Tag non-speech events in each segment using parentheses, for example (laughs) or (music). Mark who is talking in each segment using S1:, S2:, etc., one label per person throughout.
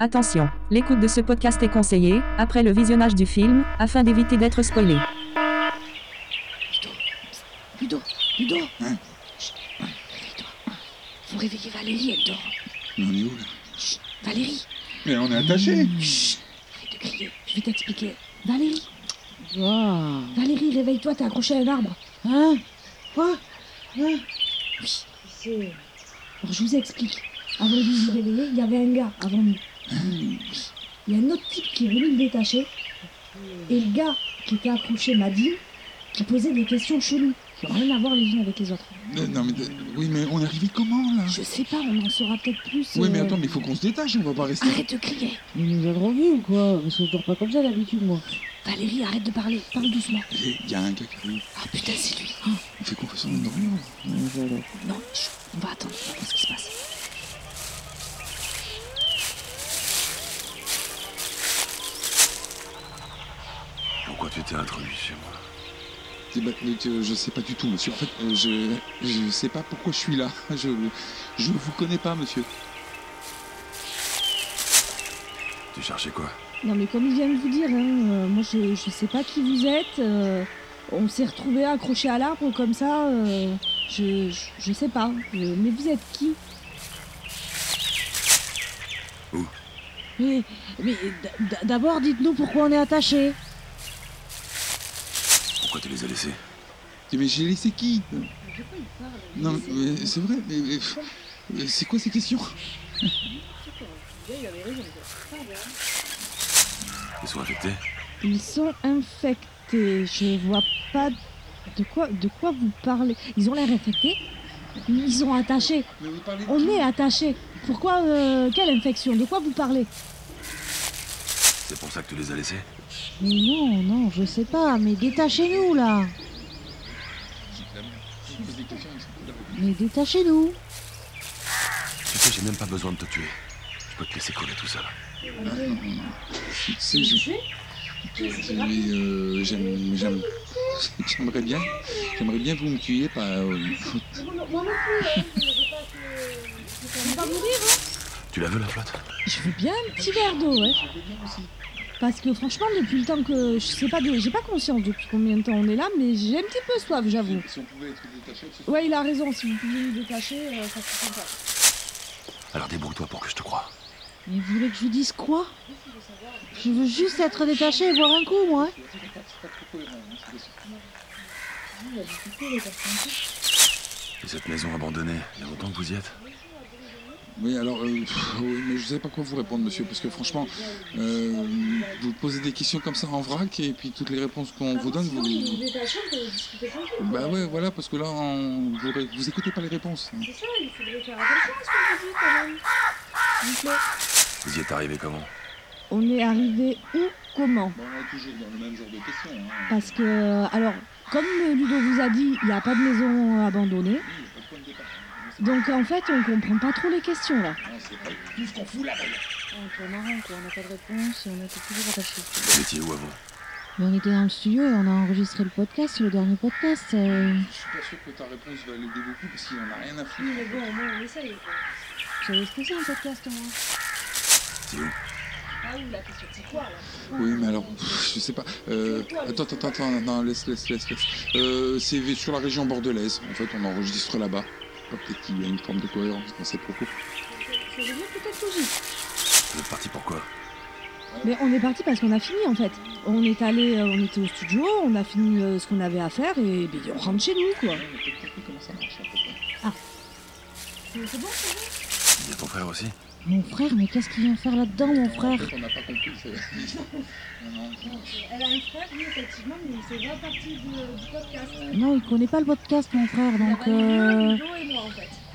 S1: Attention, l'écoute de ce podcast est conseillée, après le visionnage du film, afin d'éviter d'être spoilé.
S2: Ludo, psst, Ludo, Ludo,
S3: Hein
S2: Chut, hein, réveille-toi. Faut réveiller Valérie, elle dort.
S3: Mais on est où là
S2: Chut, Valérie,
S3: Mais on est attaché
S2: chut, arrête de crier, je vais t'expliquer. Valérie,
S4: Wow.
S2: Valérie, réveille-toi, t'es accrochée à un arbre.
S4: Hein Quoi Hein
S2: Oui.
S4: C'est...
S2: Alors je vous explique. Avant de vous réveiller, il y avait un gars avant nous. Oui. Il y a un autre type qui est venu le détacher. Et le gars qui était accroché m'a dit qu'il posait des questions cheloues. Qui n'ont rien à voir les unes avec les autres.
S3: Mais Non mais de- oui mais on est arrivé comment là
S2: Je sais pas, on en saura peut-être plus.
S3: Oui
S2: euh,
S3: mais attends mais il faut qu'on se détache, on va pas rester.
S2: Arrête de crier.
S4: Il nous a drogués ou quoi Parce qu'on dort pas comme ça d'habitude, moi.
S2: Valérie, arrête de parler. Parle doucement.
S3: Eh, Il y a un gars qui arrive,
S2: Ah putain, c'est lui.
S3: on fait qu'on fasse en dormant.
S2: Non, chut, on va attendre, on va voir ce qui se passe.
S5: Pourquoi tu t'es introduit chez moi
S3: Eh ben, mais tu- je sais pas du tout monsieur, en fait euh, je, je sais pas pourquoi je suis là. (laughs) Je, je vous connais pas monsieur.
S5: Tu cherchais quoi
S6: Non mais comme il vient de vous dire, hein, euh, moi je, je sais pas qui vous êtes. euh, on s'est retrouvés accrochés à l'arbre comme ça. euh, je, je, je sais pas. je- mais vous êtes qui
S4: Mais, mais d- d- d'abord, dites-nous pourquoi on est attachés.
S5: Pourquoi tu les as laissés
S3: Eh, Mais j'ai laissé qui Non mais c'est vrai mais, mais- mais c'est quoi ces questions
S5: Ils sont affectés
S6: Ils sont infectés. Je vois pas de quoi, de quoi vous parlez. Ils ont l'air infectés Ils sont attachés.
S3: Mais vous parlez de
S6: On
S3: qui
S6: est attachés. Pourquoi euh, Quelle infection De quoi vous parlez
S5: C'est pour ça que tu les as laissés
S4: Mais non, non, je sais pas. Mais détachez-nous, là.
S3: Je pose des questions, ils sont pas d'accord.
S4: Mais détachez-nous.
S5: Tu sais, j'ai même pas besoin de te tuer. Je peux te laisser couler tout seul.
S3: Tu sais, je. Mais, euh, j'aime- j'aime- (laughs) J'aimerais bien, j'aimerais bien que vous me tuiez pas. euh,
S5: Tu la veux la flotte
S6: Je veux bien un petit verre d'eau, ouais. Parce que franchement, depuis le temps que je sais pas, de- j'ai pas conscience depuis combien de temps on est là, mais j'ai un petit peu soif, j'avoue.
S3: si on pouvait être détaché, ce serait-
S6: Ouais, il a raison. Si vous pouviez nous détacher, euh, ça serait sympa.
S5: Alors débrouille-toi pour que je te croie.
S4: Mais vous voulez que je vous dise quoi Je veux juste être détaché et boire un coup, moi. hein.
S3: c'est pas- c'est pas trop cohérent, hein, c'est pas sûr.
S5: Et cette maison abandonnée, il y a longtemps que vous y êtes
S3: Oui, alors, euh, pff, oui, mais je sais pas quoi vous répondre, monsieur, parce que franchement, euh, vous posez des questions comme ça en vrac, et puis toutes les réponses qu'on vous donne, vous. Bah ouais, voilà, parce que là, on- vous, ré- vous écoutez pas les réponses. hein.
S5: Vous y êtes arrivé comment
S6: euh, On est arrivé où, comment
S3: Bon, Bah, on est toujours dans le même genre de questions. hein.
S6: Parce que, alors, comme euh, Ludo vous a dit, il n'y a pas de maison euh, abandonnée.
S3: Oui, pas de point de départ, hein. C'est-
S6: Donc en fait, on comprend pas trop les questions là.
S3: non, c'est pas tout ce qu'on fout là, d'ailleurs.
S4: C'est marrant, quoi. On n'a pas de réponse et on est toujours attachés.
S5: Vous étiez où avant
S4: Mais on était dans le studio et on a enregistré le podcast, le dernier podcast. euh,
S3: Je suis pas sûr que ta réponse va l'aider beaucoup, parce qu'il en a rien à foutre.
S4: Vous savez ce que c'est un podcast, moi
S5: C'est où
S3: Oui, mais alors, pff, je sais pas. Euh, attends, attends, attends, non, non, laisse, laisse, laisse, laisse. Euh, c'est sur la région bordelaise. En fait, on enregistre là-bas. Ah, Peut-être qu'il y a une forme de cohérence dans ces propos.
S5: Vous êtes parti pourquoi
S6: Mais on est parti parce qu'on a fini en fait. On est allé, euh, on était au studio, on a fini euh, ce qu'on avait à faire et ben, on rentre chez nous quoi.
S3: Ouais, mais peut-être compris comment ça marche, en fait.
S5: Il y a ton frère aussi
S4: Mon frère, mais qu'est-ce qu'il vient faire là-dedans, mon
S3: En
S4: frère
S3: fait, on n'a pas compris. c'est- (laughs) non, non.
S6: Elle a un frère, oui, effectivement, mais c'est pas partie du podcast.
S4: Non, il connaît pas le podcast, mon frère, donc... euh,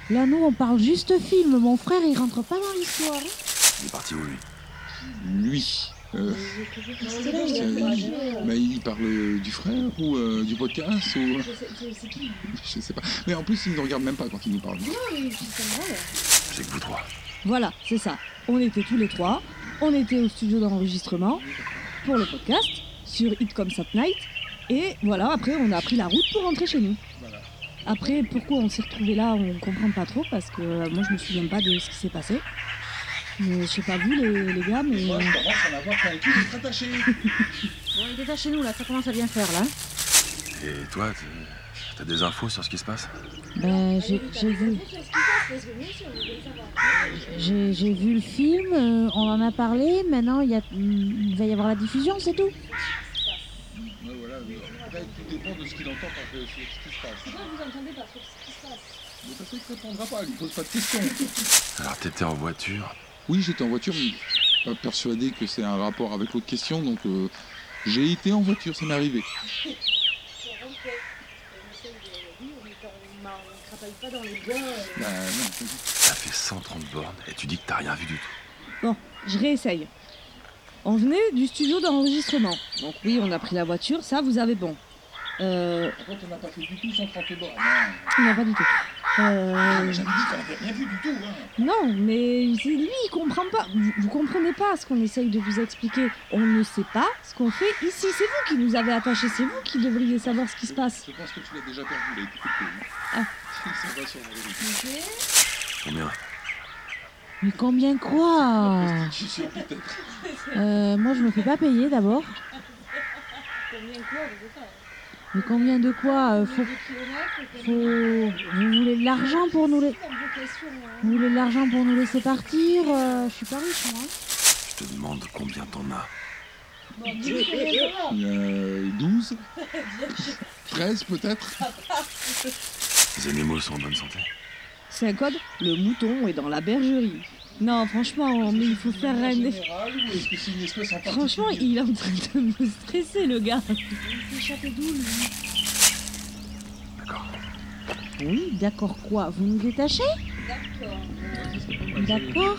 S4: Là, nous, on parle juste film. Mon frère, il rentre pas dans l'histoire. hein.
S5: Il est parti où lui
S3: Lui. euh, bah, il parle euh, du frère ou euh, du podcast ou... (laughs) Je sais pas. Mais en plus, il ne regarde même pas quand il nous parle.
S5: J'ai que vous trois.
S6: Voilà, c'est ça. On était tous les trois, on était au studio d'enregistrement pour le podcast sur Hit Comme Sat Night et voilà, après on a pris la route pour rentrer chez nous.
S3: Voilà.
S6: Après, pourquoi on s'est retrouvés là, on comprend pas trop parce que euh, moi je me souviens pas de ce qui s'est passé. Mais je sais pas vous, les, les gars, mais.
S3: Moi, je commence à en avoir plein le cul d'être attaché.
S4: Bon, il est déjà chez nous, là, ça commence à bien faire, là.
S5: Et toi, t'es- t'as des infos sur ce qui se passe
S4: Ben, j'ai j'ai vu. J'ai j'ai vu le film, euh, on en a parlé, maintenant il, y a, il va y avoir la diffusion, c'est tout.
S3: Ouais, voilà. mais Après, tout dépend de ce qu'il entend par euh, sur ce qui se passe. Pourquoi vous entendez pas sur ce qui se passe Mais parce qu'il ne répondra pas, il ne pose pas de questions.
S5: Alors t'étais en voiture.
S3: Oui, j'étais en voiture, mais pas persuadé que c'est un rapport avec l'autre question, donc euh, j'ai été en voiture, ça m'est
S6: (laughs)
S3: arrivé. Bah non,
S5: T'as fait 130 bornes et tu dis que t'as rien vu du tout.
S6: Je réessaye. On venait du studio d'enregistrement. Donc oui, on a pris la voiture, ça vous avez bon. Euh,
S3: par contre, on n'a pas fait du tout 130 bornes.
S6: non, pas du tout. Euh,
S3: J'avais Ah, dit qu'on n'avait rien vu du tout. Hein.
S6: non, mais c'est lui, il comprend pas. Vous, vous comprenez pas ce qu'on essaye de vous expliquer. On ne sait pas ce qu'on fait ici. C'est vous qui nous avez attachés, c'est vous qui devriez savoir ce qui se passe.
S3: Je pense que tu l'as déjà perdu, là, écoute.
S6: Ah.
S3: (laughs) Ça va sur Valérie.
S5: Combien
S4: Mais combien
S6: Ah.
S4: quoi
S3: Prostitution, peut-être.
S4: Euh, Moi je me fais pas payer d'abord. Mais combien de quoi Euh, faut, faut- Vous voulez de l'argent pour nous les... Vous voulez de l'argent pour nous laisser partir Euh, Je suis pas riche moi.
S5: Je te demande combien t'en as.
S3: Euh,
S6: (laughs)
S3: 12 13 peut-être
S6: Ah,
S5: Les animaux sont en bonne santé.
S6: C'est un code Le mouton est dans la bergerie. Non, franchement, mais il faut faire un
S3: En
S6: effort.
S3: général, ou est-ce que c'est une espèce en
S6: Franchement,
S3: particulier
S6: il est en train de me stresser, le gars.
S5: D'accord.
S4: Oui, d'accord quoi Vous nous détachez D'accord.
S3: Je serais pour,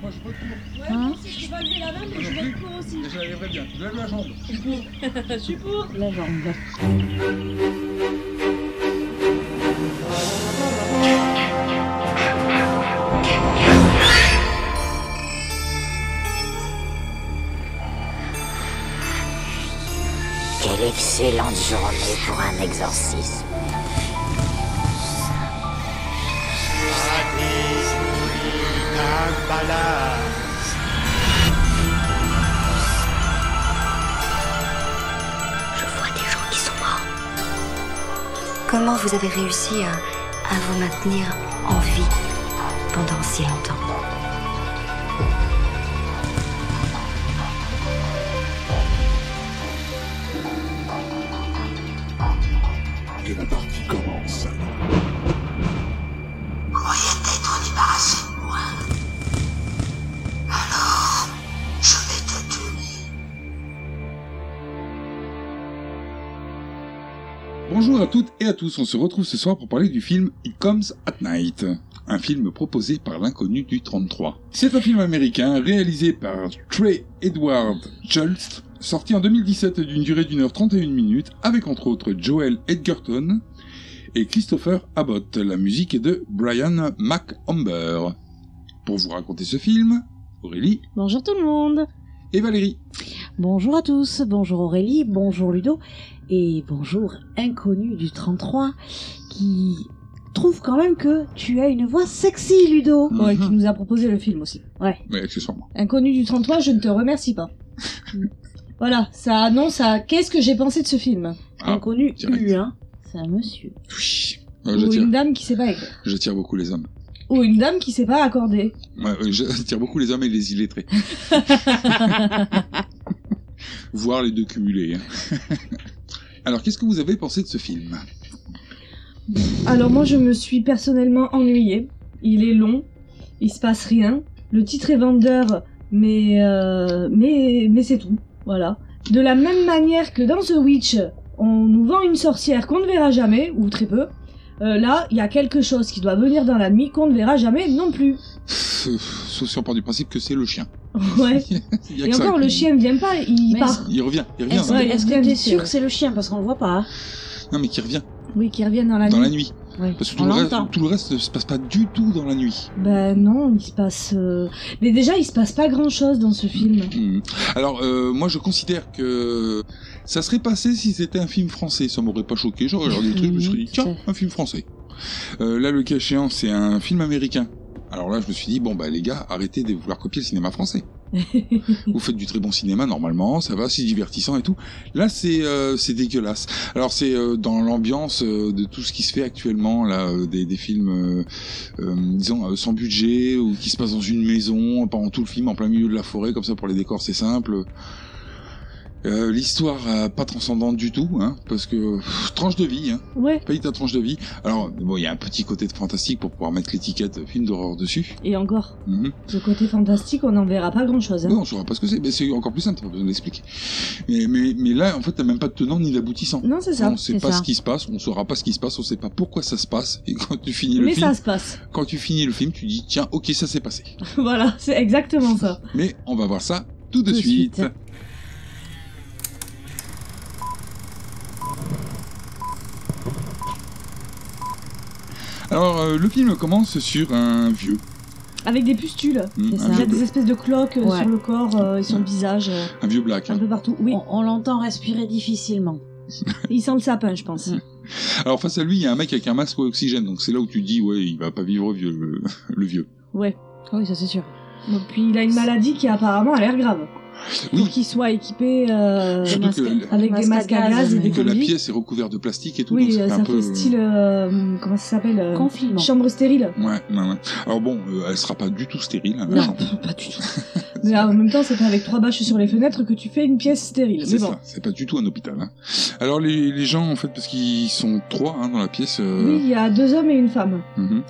S3: moi je vote pour.
S4: Hein
S3: Moi non plus, mais je la lèverais bien. Je lève la jambe.
S4: La jambe.
S7: Quelle excellente journée pour un exorcisme. Je vois des gens qui sont morts.
S8: Comment vous avez réussi à, à vous maintenir en vie pendant si longtemps
S9: Et la partie commence.
S7: croyais t'être débarrassé de moi. Alors, je vais te tuer.
S3: Bonjour à toutes et à tous, on se retrouve ce soir pour parler du film It Comes at Night, un film proposé par l'inconnu du 33. C'est un film américain réalisé par Trey Edward Schultz, sorti en 2017 d'une durée d'une heure 31 minutes, avec entre autres Joel Edgerton et Christopher Abbott. La musique est de Brian McHomber. Pour vous raconter ce film, Aurélie
S4: Bonjour tout le monde.
S3: et Valérie.
S8: Bonjour à tous, bonjour Aurélie, bonjour Ludo et bonjour inconnu du 33 qui trouve quand même que tu as une voix sexy Ludo.
S3: (laughs)
S6: Ouais, qui
S3: Mhm.
S6: nous a proposé le film aussi.
S3: Oui, accessoirement.
S6: Inconnu du 33, je ne te remercie (laughs) pas. voilà, ça annonce à qu'est-ce que j'ai pensé de ce film.
S3: Ah,
S8: Inconnu
S3: direct.
S8: U1, c'est un monsieur.
S3: Oui. Euh,
S6: Ou
S3: J'attire
S6: une dame qui sait pas écrire.
S3: j'attire beaucoup les hommes.
S6: Ou une dame qui sait pas accorder.
S3: Ouais, euh, (laughs) j'attire beaucoup les hommes et
S6: (laughs)
S3: les illettrés. Voir les deux cumulés. hein. (laughs) Alors, qu'est-ce que vous avez pensé de ce film
S6: Alors moi, je me suis personnellement ennuyée. Il est long, il se passe rien. Le titre est vendeur, mais euh, mais mais c'est tout. Voilà. De la même manière que dans The Witch, on nous vend une sorcière qu'on ne verra jamais ou très peu. euh, là, il y a quelque chose qui doit venir dans la nuit qu'on ne verra jamais non plus. (laughs)
S3: Pff, Sauf si on part du principe que c'est le chien.
S6: Ouais.
S3: Il y a
S6: Et
S3: que ça.
S6: encore, le chien vient pas, il
S8: Mais
S6: part.
S3: Il revient, il revient.
S8: Est-ce
S3: hein.
S6: Ouais,
S8: que- est-ce que
S6: bien
S8: tu es
S6: vite,
S8: sûr
S6: ouais.
S8: que c'est le chien parce qu'on le voit pas hein
S3: Non, mais qui revient
S6: Ah Oui, qui revient dans la
S3: dans
S6: nuit.
S3: la nuit.
S8: Ouais,
S3: Parce que tout
S8: On
S3: le, reste,
S8: l'entend.
S3: tout le reste ne se passe pas du tout dans la nuit.
S6: Ben non, il se passe. euh, Mais déjà, il se passe pas grand chose dans ce film.
S3: Hmm. Alors, euh, moi, je considère que ça serait passé si c'était un film français. Ça m'aurait pas choqué. J'aurais regardé le truc, je me serais dit,
S8: Mhm, tout à
S3: tiens, un film français. Euh, là, le cas échéant, c'est un film américain Alors là, je me suis dit, bon, bah, les gars, arrêtez de vouloir copier le cinéma français. Vous faites du très bon cinéma, normalement, ça va, c'est divertissant et tout. Là, c'est euh, c'est dégueulasse. Alors, c'est euh, dans l'ambiance euh, de tout ce qui se fait actuellement, là, euh, des, des films, euh, euh, disons, euh, sans budget, ou qui se passent dans une maison, pendant tout le film, en plein milieu de la forêt, comme ça, pour les décors, c'est simple. Euh, L'histoire euh, pas transcendante du tout, hein, parce que pff, tranche de vie, hein,
S6: Ouais.
S3: paye ta tranche de vie. Alors bon, il y a un petit côté de fantastique pour pouvoir mettre l'étiquette euh, film d'horreur dessus.
S6: Et encore,
S3: Mhm.
S6: le côté fantastique, on n'en verra pas grand-chose. hein.
S3: Non, on saura pas ce que c'est. Mais c'est encore plus simple, t'as pas besoin d'expliquer. Mais, mais, mais là, en fait, t'as même pas de tenant ni d'aboutissant.
S6: Non, c'est ça.
S3: on sait
S4: c'est
S3: pas
S4: ça.
S3: ce qui se passe, on saura pas ce qui se passe, on sait pas pourquoi ça se passe. Et quand tu finis le
S6: Mais
S3: film,
S6: ça se passe. (laughs)
S3: quand tu finis le film, tu dis tiens, ok, ça s'est passé.
S6: voilà, c'est exactement ça.
S3: Mais on va voir ça tout de,
S4: Tout de
S3: suite.
S4: suite.
S3: Alors, euh, le film commence sur un vieux.
S6: Avec des pustules.
S3: Hmm,
S4: C'est
S3: Un
S4: ça.
S6: Il y
S3: vieux,
S6: a des
S3: bla-
S6: espèces de cloques euh,
S8: Ouais.
S6: sur le corps euh, et sur le visage, euh,
S3: un vieux black. hein.
S6: un peu partout. Oui,
S8: On, on l'entend respirer difficilement.
S6: il sent le sapin, je
S3: Mm.
S6: pense.
S3: Alors, face à lui, il y a un mec avec un masque à oxygène. Donc, c'est là où tu dis, ouais, il va pas vivre vieux, le- (laughs) le vieux.
S6: Ouais.
S4: Ah oui, ça c'est sûr.
S6: Donc, puis il a une maladie qui apparemment a l'air grave.
S3: Oui.
S6: Pour qu'il soit équipé euh,
S3: Surtout que,
S6: avec des masques à gaz et des
S3: que la
S6: conduits.
S3: pièce est recouverte de plastique et tout. donc
S6: Oui,
S3: c'est
S6: euh,
S3: un
S6: ça
S3: peu...
S6: fait style. euh, comment ça s'appelle euh,
S8: Confinement.
S6: Chambre
S3: (laughs)
S6: stérile.
S3: Ouais, ouais, ouais. Alors bon, euh, elle sera pas du tout stérile. hein,
S6: Non,
S3: non.
S6: pas du tout. (laughs) Mais en même temps, c'est pas avec trois bâches sur les fenêtres que tu fais une pièce stérile.
S3: C'est
S6: Mais bon.
S3: ça, c'est pas du tout un hôpital. hein. Alors les, les gens, en fait, parce qu'ils sont trois hein, dans la pièce,
S6: Oui,
S3: euh,
S6: il y a deux hommes et une femme.
S3: mhm.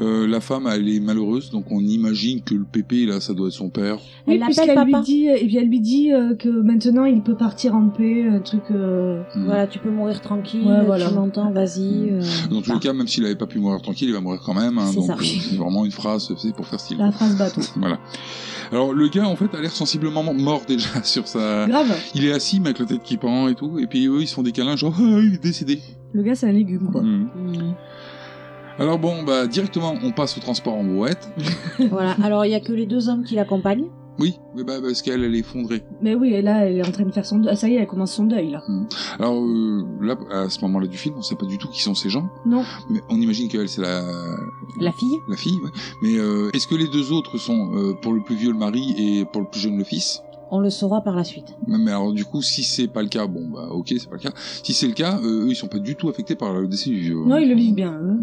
S3: Euh, la femme, elle est malheureuse, donc on imagine que le pépé, là, ça doit être son père.
S6: Oui,
S8: Elle l'appelle
S6: puisqu'elle lui
S8: papa.
S6: dit, et puis elle lui dit euh, que maintenant il peut partir en paix, un truc. euh,
S3: Mhm.
S8: Voilà, tu peux mourir tranquille,
S6: Ouais, voilà.
S8: tu m'entends, vas-y. euh,
S3: Dans tous
S8: bah.
S3: les cas, même s'il avait pas pu mourir tranquille, il va mourir quand même. hein,
S8: C'est
S3: donc
S8: ça.
S3: euh, c'est vraiment une phrase, c'est pour faire style.
S6: La phrase bateau.
S3: Voilà. Alors le gars, en fait, a l'air sensiblement mort déjà (laughs) sur sa.
S6: Grave,
S3: Il est assis, mais avec la tête qui pend et tout, et puis eux, ils se font des câlins, genre (laughs) Ah, il est décédé.
S6: le gars c'est un légume quoi.
S3: Mhm.
S8: Hmm.
S3: Alors bon, bah directement, on passe au transport en brouette.
S8: voilà, alors il y a que les deux hommes qui l'accompagnent.
S3: Oui, mais bah, parce qu'elle, elle est effondrée.
S6: Mais oui, et là elle est en train de faire son deuil. Ah, ça y est, elle commence son deuil là.
S3: Alors euh, là, à ce moment-là du film, on sait pas du tout qui sont ces gens.
S6: Non.
S3: Mais on imagine qu'elle, c'est la,
S8: La fille
S3: la fille. ouais. Mais euh, est-ce que les deux autres sont euh, pour le plus vieux le mari et pour le plus jeune le fils
S8: On le saura par la suite.
S3: Mais alors du coup, si c'est pas le cas, bon bah ok, c'est pas le cas. Si c'est le cas, euh, eux, ils sont pas du tout affectés par le décès du vieux. hein.
S6: Non, ils le vivent bien, eux.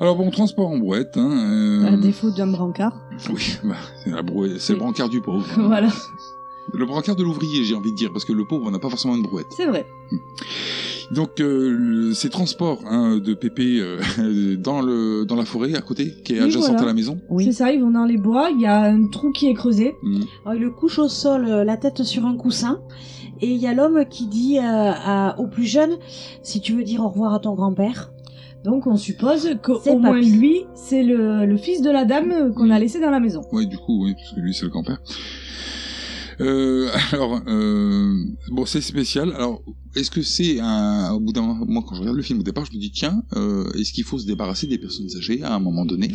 S3: Alors bon, transport en brouette. Hein, euh,
S6: À défaut d'un brancard. (laughs)
S3: (laughs) Oui, bah, c'est la brouette, c'est le
S6: Oui.
S3: brancard du pauvre. hein.
S6: (laughs) voilà,
S3: Le brancard de l'ouvrier, j'ai envie de dire, parce que le pauvre n'a pas forcément une brouette.
S6: c'est vrai.
S3: Donc euh, le- ces transports hein, de Pépé euh, (laughs) dans le dans la forêt à côté, qui est
S6: Oui,
S3: adjacente
S6: voilà.
S3: à la maison.
S6: C'est ça, ils vont dans les bois, il y a un trou qui est creusé.
S3: Mm.
S8: Alors, Oh, il le couche au sol, euh, la tête sur un coussin, et il y a l'homme qui dit euh, à- au plus jeune si tu veux dire au revoir à ton grand-père.
S6: Donc on suppose
S8: C'est
S6: qu'au moins
S8: papy.
S6: lui, c'est le, le fils de la dame euh, qu'on a laissé dans la maison.
S3: Ouais, du coup, oui, parce que lui c'est le grand-père. Euh, (laughs) alors euh, bon, c'est spécial. Alors est-ce que c'est un au bout d'un moment, moi quand je regarde le film au départ, je me dis tiens, euh, est-ce qu'il faut se débarrasser des personnes âgées à un moment donné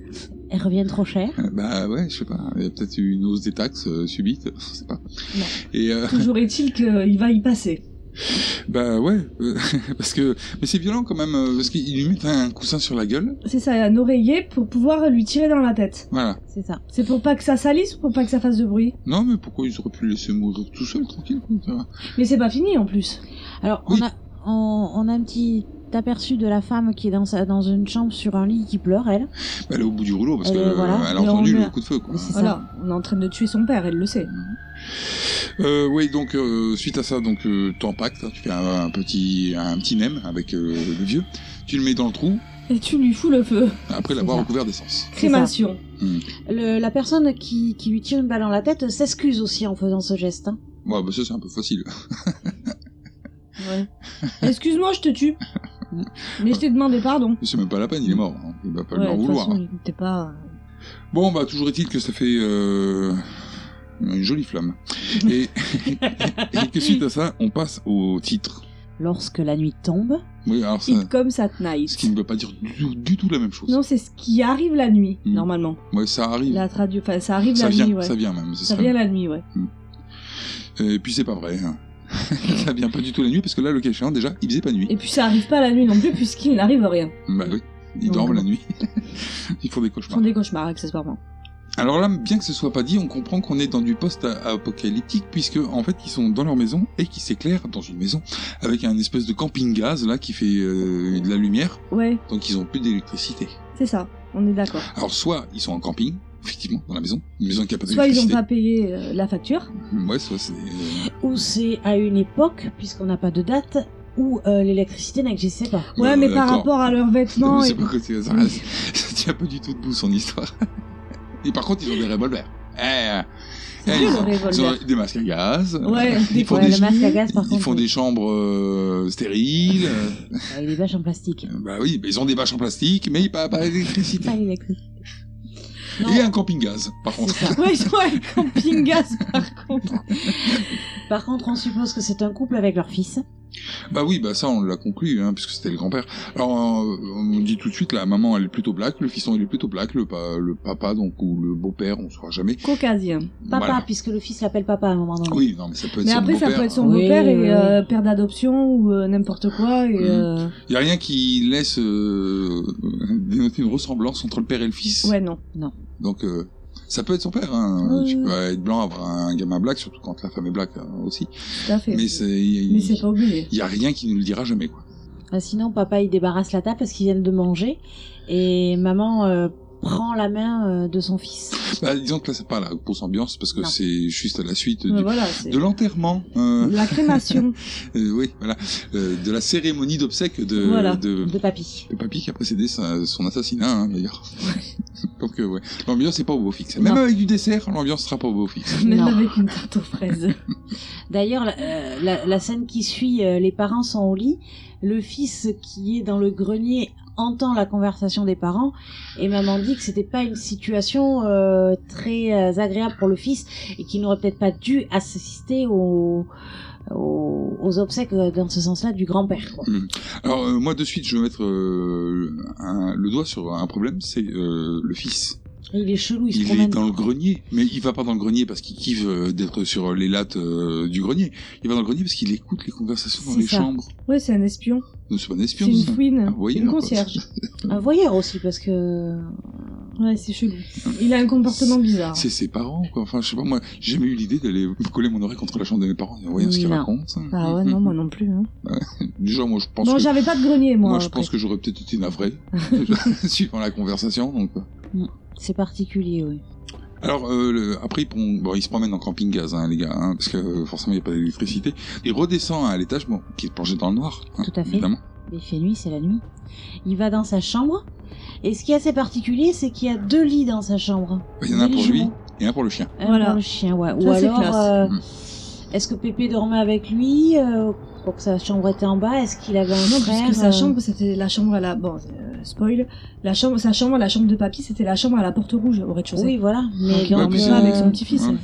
S3: (laughs)
S8: Elle revient trop cher.
S3: Euh, Bah ouais, je sais pas. Il y a peut-être eu une hausse des taxes euh, subite, (laughs) je sais pas.
S8: Non.
S3: Et euh,
S6: Toujours est-il qu'il va y passer.
S3: bah ouais, euh, (laughs) parce que mais c'est violent quand même euh, parce qu'ils lui mettent un coussin sur la gueule.
S6: C'est ça, un oreiller pour pouvoir lui tirer dans la tête.
S3: Voilà.
S8: C'est ça.
S6: C'est pour pas que ça salisse ou pour pas que ça fasse de bruit
S3: Non, mais pourquoi ils auraient pu le laisser mourir tout seul, tranquille, quoi, ça va.
S6: Mais c'est pas fini en plus.
S8: Alors,
S3: Oui.
S8: on, a, on, on a un petit aperçu de la femme qui est dans, sa- dans une chambre sur un lit qui pleure, elle.
S3: Bah, Elle est au bout du rouleau, parce
S8: Elle
S3: qu'elle
S8: est- voilà.
S3: a
S8: Et on
S3: entendu le
S8: meurt.
S3: coup de feu, quoi.
S8: Mais c'est ça.
S6: Voilà, on est en train de tuer son père, elle le sait.
S3: Euh, oui, donc, euh, suite à ça, donc, euh, t'empactes, hein, tu fais un, un petit, un petit nem avec euh, le vieux, tu le mets dans le trou,
S6: Et tu lui fous le feu.
S3: après
S8: C'est
S3: l'avoir
S8: ça.
S3: recouvert d'essence.
S6: Crémation.
S8: Le- la personne qui, qui lui tire une balle dans la tête s'excuse aussi en faisant ce geste. hein.
S3: Ouais, bah, ça, c'est un peu facile.
S6: (laughs) Excuse-moi, je te tue. Mais je t'ai demandé pardon.
S3: C'est même pas la peine, il est mort, hein. Il va pas
S6: Ouais,
S3: leur
S6: de toute
S3: vouloir.
S6: façon, il était pas. euh,
S3: Bon, bah, toujours est-il que ça fait euh, une jolie flamme.
S8: (laughs)
S3: Et, et que suite à ça, on passe au titre.
S8: Lorsque la nuit tombe,
S3: Oui, alors ça,
S6: It comes at
S3: ce qui
S6: night.
S3: ne veut pas dire du tout, du tout la même chose.
S6: Non, c'est ce qui arrive la nuit,
S3: Mm.
S6: normalement.
S3: Ouais, ça arrive.
S6: La traduction. Enfin, ça arrive
S3: ça
S6: la
S3: vient,
S6: nuit, ouais.
S3: ça vient même. ce
S6: Ça
S3: serait-
S6: vient la nuit, ouais.
S3: Et puis c'est pas vrai. hein. (laughs) ça vient pas du tout la nuit parce que là, le cas échéant, déjà, il faisait pas nuit.
S6: Et puis ça arrive pas la nuit non plus, puisqu'il n'arrive rien.
S3: Bah oui. Ils
S6: Donc,
S3: dorment
S6: (laughs)
S3: la nuit. Ils font des cauchemars.
S6: font des cauchemars, accessoirement.
S3: Alors là, bien que ce soit pas dit, on comprend qu'on est dans du post-apocalyptique, puisque en fait, ils sont dans leur maison et qui s'éclairent dans une maison avec un espèce de camping-gaz là qui fait euh, de la lumière,
S6: Ouais,
S3: donc ils ont plus d'électricité.
S6: c'est ça, on est d'accord.
S3: Alors soit ils sont en camping, effectivement, dans la maison, une maison qui a pas
S6: Soit ils
S3: d'électricité.
S6: n'ont pas payé euh, la facture.
S3: Ouais, soit c'est. euh,
S8: Ou c'est à une époque, puisqu'on n'a pas de date, où euh, l'électricité n'existait pas.
S6: Ouais,
S3: euh,
S6: mais par
S3: d'accord.
S6: rapport à leurs
S3: (laughs) Non,
S6: vêtements.
S3: mais c'est
S6: et-
S3: pas que c'est- ça,
S6: Oui.
S3: (laughs) ça tient pas du tout debout son histoire. (laughs) Et par contre, ils ont des revolvers. Eh, eh,
S6: C'est
S3: ils,
S6: dur,
S3: ont,
S6: le
S3: ils ont
S6: revolver.
S3: des masques à gaz.
S6: Ouais,
S3: ils font
S8: Ouais,
S3: des
S8: le masque à gaz, par
S3: Ils
S8: contre,
S3: font
S8: oui.
S3: des chambres euh, stériles. euh,
S8: Avec des bâches en plastique.
S3: bah oui, mais ils ont des bâches en plastique, mais pas, pas d'électricité.
S8: Pas l'électricité. Non,
S3: Et un camping gaz, par contre.
S8: c'est ça. (laughs)
S6: Ouais, ils ont un camping gaz par contre.
S8: Par contre, on suppose que c'est un couple avec leur fils.
S3: Bah oui, bah ça on l'a conclu, hein, puisque c'était le grand-père. Alors euh, on dit tout de suite, la maman elle est plutôt black, le fiston il est plutôt black, le, pa- le papa donc ou le beau-père, on saura jamais.
S6: Caucasien.
S8: Papa,
S3: Voilà.
S8: puisque le fils l'appelle papa à un moment donné.
S3: Oui, non mais ça peut être
S6: Mais
S3: son
S6: après, ça
S3: beau-père.
S6: peut être son
S8: Oui,
S6: beau-père
S8: oui,
S6: et euh, père d'adoption ou euh, n'importe quoi. Et,
S3: Mhm.
S6: euh,
S3: Il y a rien qui laisse euh, dénoter une ressemblance entre le père et le fils.
S6: Ouais, non.
S3: Donc euh, ça peut être son père. Hein.
S6: Oui,
S3: Tu
S6: oui.
S3: peux être blanc avoir un gamin black, surtout quand la femme est black hein, aussi.
S6: Tout à fait.
S3: Mais c'est il
S6: Mais c'est pas obligé.
S3: y a rien qui nous le dira jamais quoi.
S8: Ah, Sinon, papa, il débarrasse la table parce qu'ils viennent de manger. Et maman euh, prend la main euh, de son fils.
S3: Bah, disons que là c'est pas la grosse ambiance parce que
S8: Non.
S3: c'est juste à la suite
S6: Mais
S3: du-
S6: voilà, c'est
S3: de l'enterrement. euh,
S6: la
S3: (laughs)
S6: crémation.
S3: Euh, oui, voilà, Euh, de la cérémonie d'obsèques de,
S6: Voilà.
S3: de,
S8: De papy.
S3: de papy qui a précédé sa- son assassinat, hein, d'ailleurs. (laughs) Donc, euh, ouais, l'ambiance n'est pas au beau fixe. Même
S8: Non.
S3: avec du dessert, l'ambiance sera pas au beau fixe.
S6: Même
S8: Non.
S6: avec une tarte aux fraises.
S8: D'ailleurs, la, euh, la- la scène qui suit, euh, les parents sont au lit. Le fils qui est dans le grenier entend la conversation des parents. Et maman dit que c'était pas une situation euh, très euh, agréable pour le fils et qu'il n'aurait peut-être pas dû assister au- au- aux obsèques euh, dans ce sens-là du grand-père. quoi.
S3: Alors, euh, moi, de suite, je vais mettre euh, un- le doigt sur un problème, c'est euh, le fils.
S8: Il est chelou, il, se
S3: Il est
S8: promène.
S3: dans le grenier, mais il va pas dans le grenier parce qu'il kiffe euh, d'être sur les lattes euh, du grenier. Il va dans le grenier parce qu'il écoute les conversations dans
S8: C'est
S3: les
S8: ça.
S3: chambres.
S6: Ouais, c'est un espion.
S3: Non, C'est pas un
S6: C'est
S3: espion,
S6: une
S3: ça.
S6: fouine.
S3: Ah, voyez,
S6: une
S3: là, quoi.
S6: concierge.
S8: Un voyeur aussi, parce que.
S6: Ouais, c'est chelou. Il a un comportement bizarre.
S3: C'est ses parents, quoi. Enfin, je sais pas, moi, j'ai jamais eu l'idée d'aller coller mon oreille contre la chambre de mes parents en voyant ce qu'ils
S8: Non.
S3: racontent.
S6: Ah ouais, non, moi non plus. Hein.
S3: Mm, Déjà, moi, je Mhm. pense
S6: Bon,
S3: que...
S6: j'avais pas de grenier, moi.
S3: Moi, je
S6: après.
S3: pense que j'aurais peut-être été
S6: (laughs)
S3: navré, (laughs) suivant la conversation. Donc, euh.
S8: C'est particulier, oui.
S3: alors euh, le- après, ils, pon- bon, ils se promènent en camping gaz, hein, les gars, hein, parce que euh, forcément, il n'y a pas d'électricité. Il redescend à l'étage, bon, qui est plongé dans le noir, hein,
S8: Tout à fait.
S3: évidemment.
S8: Mais Il fait nuit, c'est la nuit. Il va dans sa chambre. Et ce qui est assez particulier, c'est qu'il y a deux lits dans sa chambre.
S3: Il y en a un
S8: Des
S3: pour
S8: lits
S3: lui
S8: jumeaux.
S3: et un pour le chien.
S8: Un
S6: Voilà.
S8: pour le chien, ouais. Ou
S6: Ça, c'est
S8: alors,
S6: classe.
S8: euh,
S3: Mm.
S8: est-ce que Pépé dormait avec lui euh, Pour que sa chambre était en bas, est-ce qu'il avait un
S6: Non,
S8: frère
S6: puisque sa
S8: euh,
S6: chambre, c'était la chambre à la. Bon, euh, spoil. La chambre, sa chambre, la chambre de papy, c'était la chambre à la porte rouge au rez-de-chaussée.
S8: Oui, voilà. Mais euh,
S6: Donc, il
S8: dans
S3: Ouais,
S6: dormait
S3: puis c'est-
S6: pas avec son
S8: le-
S6: petit-fils.
S3: Ouais.
S6: hein.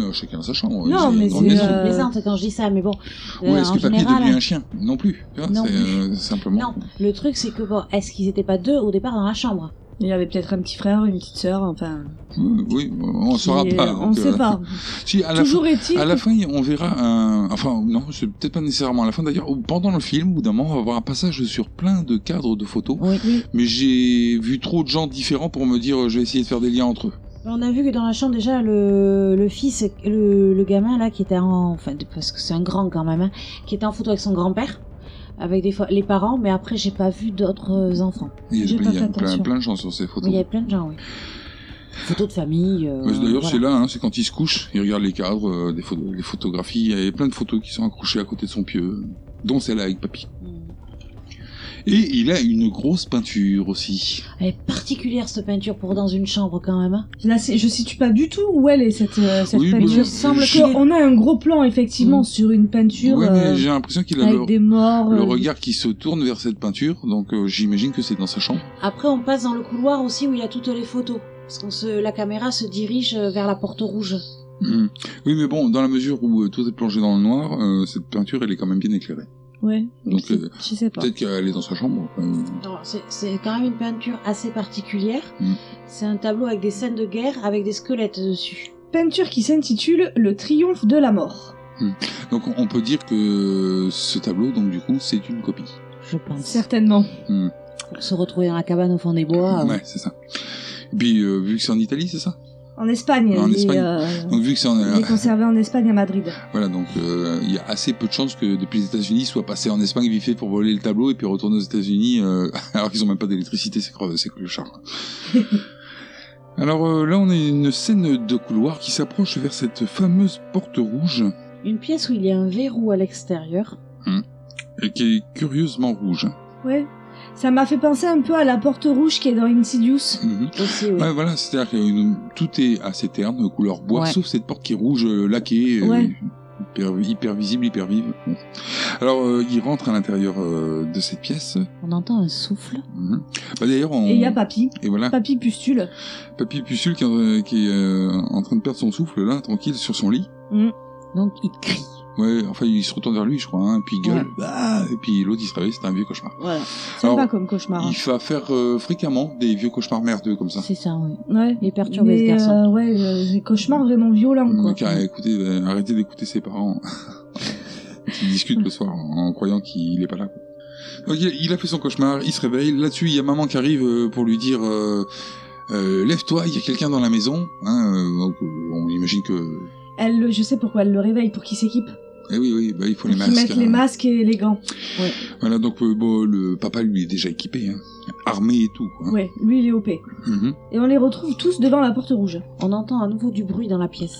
S3: Non, non, chacun a sa chambre.
S6: Non,
S3: ils-
S6: mais
S3: dans
S6: c'est,
S3: les
S8: Oui,
S3: maisons.
S8: Je
S6: euh,
S8: plaisante quand je dis ça, mais bon.
S3: Ou
S8: euh,
S3: est-ce
S8: en
S3: que papy est
S8: général,
S3: devenu un chien Non plus. tu vois,
S8: Non
S3: c'est,
S8: plus.
S3: euh, simplement.
S8: Non, le truc c'est que bon, est-ce qu'ils étaient pas deux au départ dans la chambre
S6: Il avait peut-être un petit frère, une petite sœur, enfin.
S3: Oui, Euh, oui, on ne
S6: qui
S3: saura
S6: est-
S3: pas.
S6: On
S3: donc,
S6: sait
S3: euh,
S6: pas.
S3: (laughs) Si, à la fin-
S6: Toujours est-il.
S3: À la fin, on verra un... Enfin, non, c'est peut-être pas nécessairement à la fin. D'ailleurs, ou pendant le film, au bout d'un moment, on va avoir un passage sur plein de cadres de photos.
S8: Oui.
S3: Mais j'ai vu trop de gens différents pour me dire, euh, je vais essayer de faire des liens entre eux.
S8: On a vu que dans la chambre déjà le, le fils, le, le gamin là qui était en, enfin parce que c'est un grand quand même, hein, qui était en photo avec son grand-père, avec des fois les parents, mais après j'ai pas vu d'autres euh, enfants.
S3: Il y a,
S6: J'ai
S3: plein,
S6: pas
S3: il y a
S6: fait
S3: plein,
S6: attention.
S3: plein de gens sur ces
S8: Mais
S3: photos.
S8: il y avait plein de gens, oui. Photos de famille. euh,
S3: Ouais, D'ailleurs,
S8: voilà.
S3: c'est là, hein, c'est quand il se couche, il regarde les cadres, euh, des photos, les photographies. Il y a plein de photos qui sont accrochées à côté de son pieu, dont celle avec papy.
S6: Mm.
S3: Et il a une grosse peinture aussi.
S8: Elle est particulière cette peinture pour dans une chambre quand même. hein.
S6: Là, c'est- je situe pas du tout où elle est cette, euh, cette
S3: Oui,
S6: peinture.
S3: mais-
S6: Il semble
S3: je-
S6: qu'on a un gros plan effectivement
S8: Mm.
S6: sur une peinture
S3: ouais, mais
S6: euh,
S3: j'ai l'impression qu'il a
S6: avec
S3: le,
S6: des morts.
S3: le
S6: euh,
S3: regard qui se tourne vers cette peinture, donc euh, j'imagine que c'est dans sa chambre.
S8: Après on passe dans le couloir aussi où il y a toutes les photos, parce qu'on se, la caméra se dirige euh, vers la porte rouge.
S3: Mhm. Oui, mais bon, dans la mesure où euh, tout est plongé dans le noir, euh, cette peinture, elle est quand même bien éclairée.
S6: Ouais.
S3: Donc,
S6: je sais-
S3: euh,
S6: je sais pas.
S3: Peut-être qu'elle est dans sa chambre. euh,
S8: Alors, c'est- C'est quand même une peinture assez particulière.
S3: Mm.
S8: C'est un tableau avec des scènes de guerre avec des squelettes dessus.
S6: Peinture qui s'intitule Le triomphe de la mort.
S3: Donc, on peut dire que ce tableau, donc du coup, c'est une copie.
S8: Je pense.
S6: Certainement.
S8: pour se retrouver dans la cabane au fond des bois. euh,
S3: Ouais, c'est ça. Et puis, euh, vu que c'est en Italie, c'est ça
S6: En Espagne,
S3: En
S6: il,
S3: Espagne.
S6: Est, euh,
S3: Donc, vu que c'est en.
S6: il est conservé en Espagne à Madrid.
S3: Voilà, donc euh, il y a assez peu de chances que depuis les États-Unis soit passé en Espagne vite fait pour voler le tableau et puis retourner aux États-Unis euh, (laughs) alors qu'ils ont même pas d'électricité, c'est creux, c'est clochard. alors euh, là, on a une scène de couloir qui s'approche vers cette fameuse porte rouge
S8: Une pièce où il y a un verrou à l'extérieur.
S3: et qui est curieusement rouge.
S6: Ouais. Ça m'a fait penser un peu à la porte rouge qui est dans Insidious.
S3: Mhm.
S8: Aussi, oui.
S3: Ouais, voilà, c'est-à-dire que euh, tout est assez terne, couleur bois,
S8: Ouais.
S3: sauf cette porte qui est rouge euh, laquée, euh,
S6: Ouais.
S3: hyper, hyper visible, hyper vive. Bon. Alors, euh, il rentre à l'intérieur euh, de cette pièce.
S8: On entend un souffle.
S3: Mhm. Bah, D'ailleurs, on...
S6: Et il y a Papy.
S3: Et voilà,
S6: Papy Pustule.
S3: Papy Pucule qui, est en- qui est euh, en train de perdre son souffle, là, tranquille, sur son lit.
S8: Donc il crie.
S3: Ouais, enfin, il se retourne vers lui, je crois, hein, puis il gueule. Ah et puis l'autre, il se réveille, c'est un vieux cauchemar.
S8: Voilà.
S3: Alors,
S6: Sympa comme cauchemar. hein.
S3: il va faire euh, fréquemment des vieux cauchemars merdeux comme ça.
S8: C'est ça, oui.
S6: Ouais.
S8: Il est perturbé ce
S6: Mais
S8: garçon.
S6: euh, ouais, euh, des cauchemars vraiment violents quoi.
S3: Donc, euh, écoutez, euh, arrêtez d'écouter ses parents (laughs) qui discutent le soir en, en croyant qu'il est pas là. quoi. Donc, il, il a fait son cauchemar, il se réveille. Là-dessus, il y a maman qui arrive euh, pour lui dire euh, euh, Lève-toi, il y a quelqu'un dans la maison. Hein, euh, donc, euh, on imagine que.
S6: Elle, le- je sais pourquoi elle le réveille pour qu'il s'équipe.
S3: Eh oui, oui, bah, il
S6: Pour
S3: faut les
S6: qu'il
S3: masques.
S6: mette les
S3: hein.
S6: masques et les gants.
S3: Voilà, donc euh, bon, le papa lui est déjà équipé, hein. armé et tout. Quoi.
S6: Ouais, lui il est OP. Et
S3: Mhm.
S6: on les retrouve tous devant la porte rouge.
S8: On entend à nouveau du bruit dans la pièce.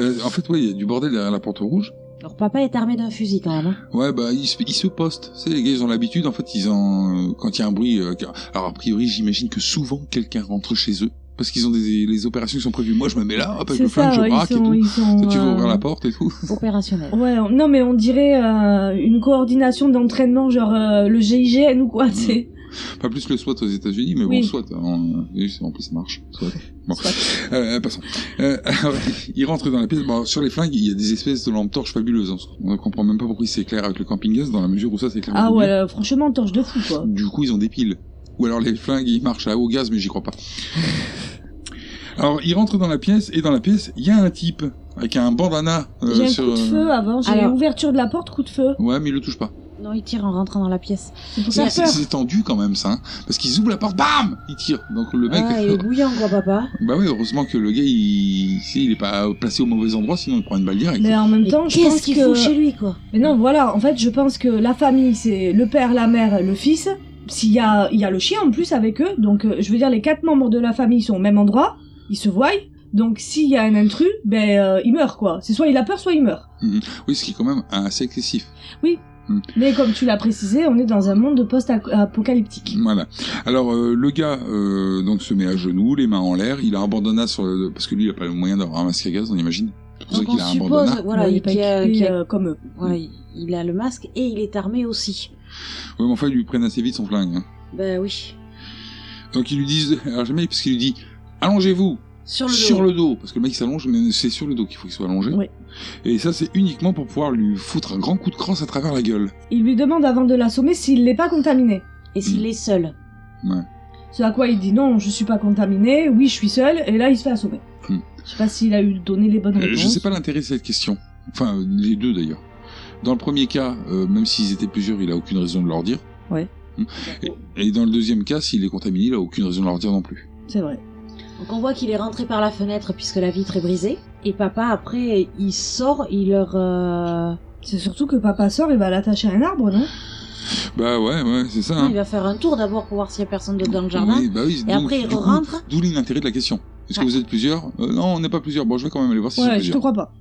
S3: Euh, en fait, ouais, il y a du bordel derrière la porte rouge.
S8: Leur papa est armé d'un fusil quand même. hein.
S3: Ouais, bah ils se, ils se postent. C'est les gars, ils ont l'habitude. En fait, ils ont euh, quand il y a un bruit. euh, car- alors a priori, j'imagine que souvent quelqu'un rentre chez eux parce qu'ils ont des les opérations qui sont prévues. Moi, je me mets là, hop, avec le flingue, je
S6: ouais,
S3: braque
S6: ils sont,
S3: et tout.
S6: ils sont,
S3: Toi, tu veux
S6: euh,
S3: ouvrir la porte et tout. (laughs)
S8: hein, Opérationnel.
S6: Ouais, on- non mais on dirait euh, une coordination d'entraînement genre euh, le GIGN ou quoi, tu
S3: Mmh.
S6: sais.
S3: Pas plus le SWAT aux États-Unis, mais
S6: Oui.
S3: bon, SWAT. hein, En, en plus, ça marche. SWAT. Bon. Euh, passons. Euh, (laughs) alors, il rentre dans la pièce. Bon, sur les flingues, il y a des espèces de lampes torches fabuleuses. On ne comprend même pas pourquoi il s'éclaire avec le camping-gaz dans la mesure où ça s'éclaire.
S6: Ah
S3: au
S6: ouais,
S3: milieu.
S6: euh, franchement torche de fou quoi.
S3: Du coup, ils ont des piles. Ou alors les flingues, ils marchent à haut gaz, mais j'y crois pas. Alors, il rentre dans la pièce, et dans la pièce, il y a un type avec un bandana euh,
S6: J'ai un
S3: sur.
S6: coup de feu avant, j'ai
S8: Alors-
S6: l'ouverture de la porte, coup de feu.
S3: euh, Ouais, mais il le touche pas.
S8: Non, il tire en rentrant dans la pièce.
S6: C'est pour
S3: C'est
S6: faire
S3: c'est-
S6: peur.
S3: c'est tendu quand même, ça. hein. Parce qu'ils ouvrent la porte, bam Il tire. Donc le mec.
S8: Ah, il est bouillant quoi, papa.
S3: Bah oui, heureusement que le gars, il, si, il est pas placé au mauvais endroit, sinon il prend une balle directe.
S6: Mais en même
S8: Mais
S6: temps, je
S8: qu'est-ce
S6: pense
S8: qu'il
S6: que
S8: fout chez lui quoi
S6: Mais non, voilà, en fait, je pense que la famille, c'est le père, la mère, le fils. S'il y a, il y a le chien en plus avec eux, donc euh, je veux dire, les quatre membres de la famille sont au même endroit, ils se voient. Donc s'il y a un intrus, ben euh, il meurt quoi. C'est soit il a peur, soit il meurt.
S3: Oui, ce qui est quand même assez excessif.
S6: Mais comme tu l'as précisé, on est dans un monde post-apocalyptique.
S3: Voilà. Alors euh, le gars euh, donc se met à genoux, les mains en l'air, il a un bandana sur le... parce que lui il a pas le moyen d'avoir un masque à gaz, on imagine. C'est pour ça
S8: Donc on
S3: qu'il a un hein. bandana.
S8: suppose, voilà,
S6: Bon, il est
S8: il,
S6: pas
S8: qu'il y a-
S6: équipé,
S8: qu'il y a-
S6: euh, comme eux.
S8: voilà, il- il a le masque et il est armé aussi.
S3: Ouais, mais enfin ils lui prennent assez vite son flingue. hein.
S8: Ben oui.
S3: Donc ils lui disent (laughs) alors jamais parce qu'il lui dit allongez-vous
S8: Sur le dos.
S3: sur le dos parce que le mec s'allonge mais c'est sur le dos qu'il faut qu'il soit allongé.
S6: Ouais.
S3: Et ça c'est uniquement pour pouvoir lui foutre un grand coup de crosse à travers la gueule.
S6: Il lui demande avant de l'assommer s'il n'est pas contaminé.
S8: Et s'il est seul.
S6: Ce à quoi il dit non, je suis pas contaminé, oui, je suis seul, et là il se fait assommer.
S3: Hmm.
S6: Je sais pas s'il a eu donné les bonnes
S3: Euh,
S6: réponses.
S3: je sais pas l'intérêt de cette question. Enfin euh, les deux d'ailleurs. Dans le premier cas, euh, même s'ils étaient plusieurs, il a aucune raison de leur dire. Hmm.
S6: Ouais.
S3: Et, et dans le deuxième cas, s'il est contaminé, il a aucune raison de leur dire non plus.
S6: C'est vrai.
S8: Donc on voit qu'il est rentré par la fenêtre puisque la vitre est brisée. Et papa après il sort, il leur euh,
S6: C'est surtout que papa sort, il va l'attacher à un arbre, non
S3: Bah ouais, ouais, c'est ça. hein.
S8: il va faire un tour d'abord pour voir s'il y a personne d'autre dans le jardin.
S3: Oui, bah oui,
S8: Et
S3: donc,
S8: après, il
S3: du coup,
S8: rentre.
S3: D'où l'intérêt de la question. Est-ce que
S8: Ouais.
S3: vous êtes plusieurs Euh, Non, on n'est pas plusieurs. Bon, je vais quand même aller voir si c'est
S6: Ouais, je te
S3: plusieurs.
S6: crois pas.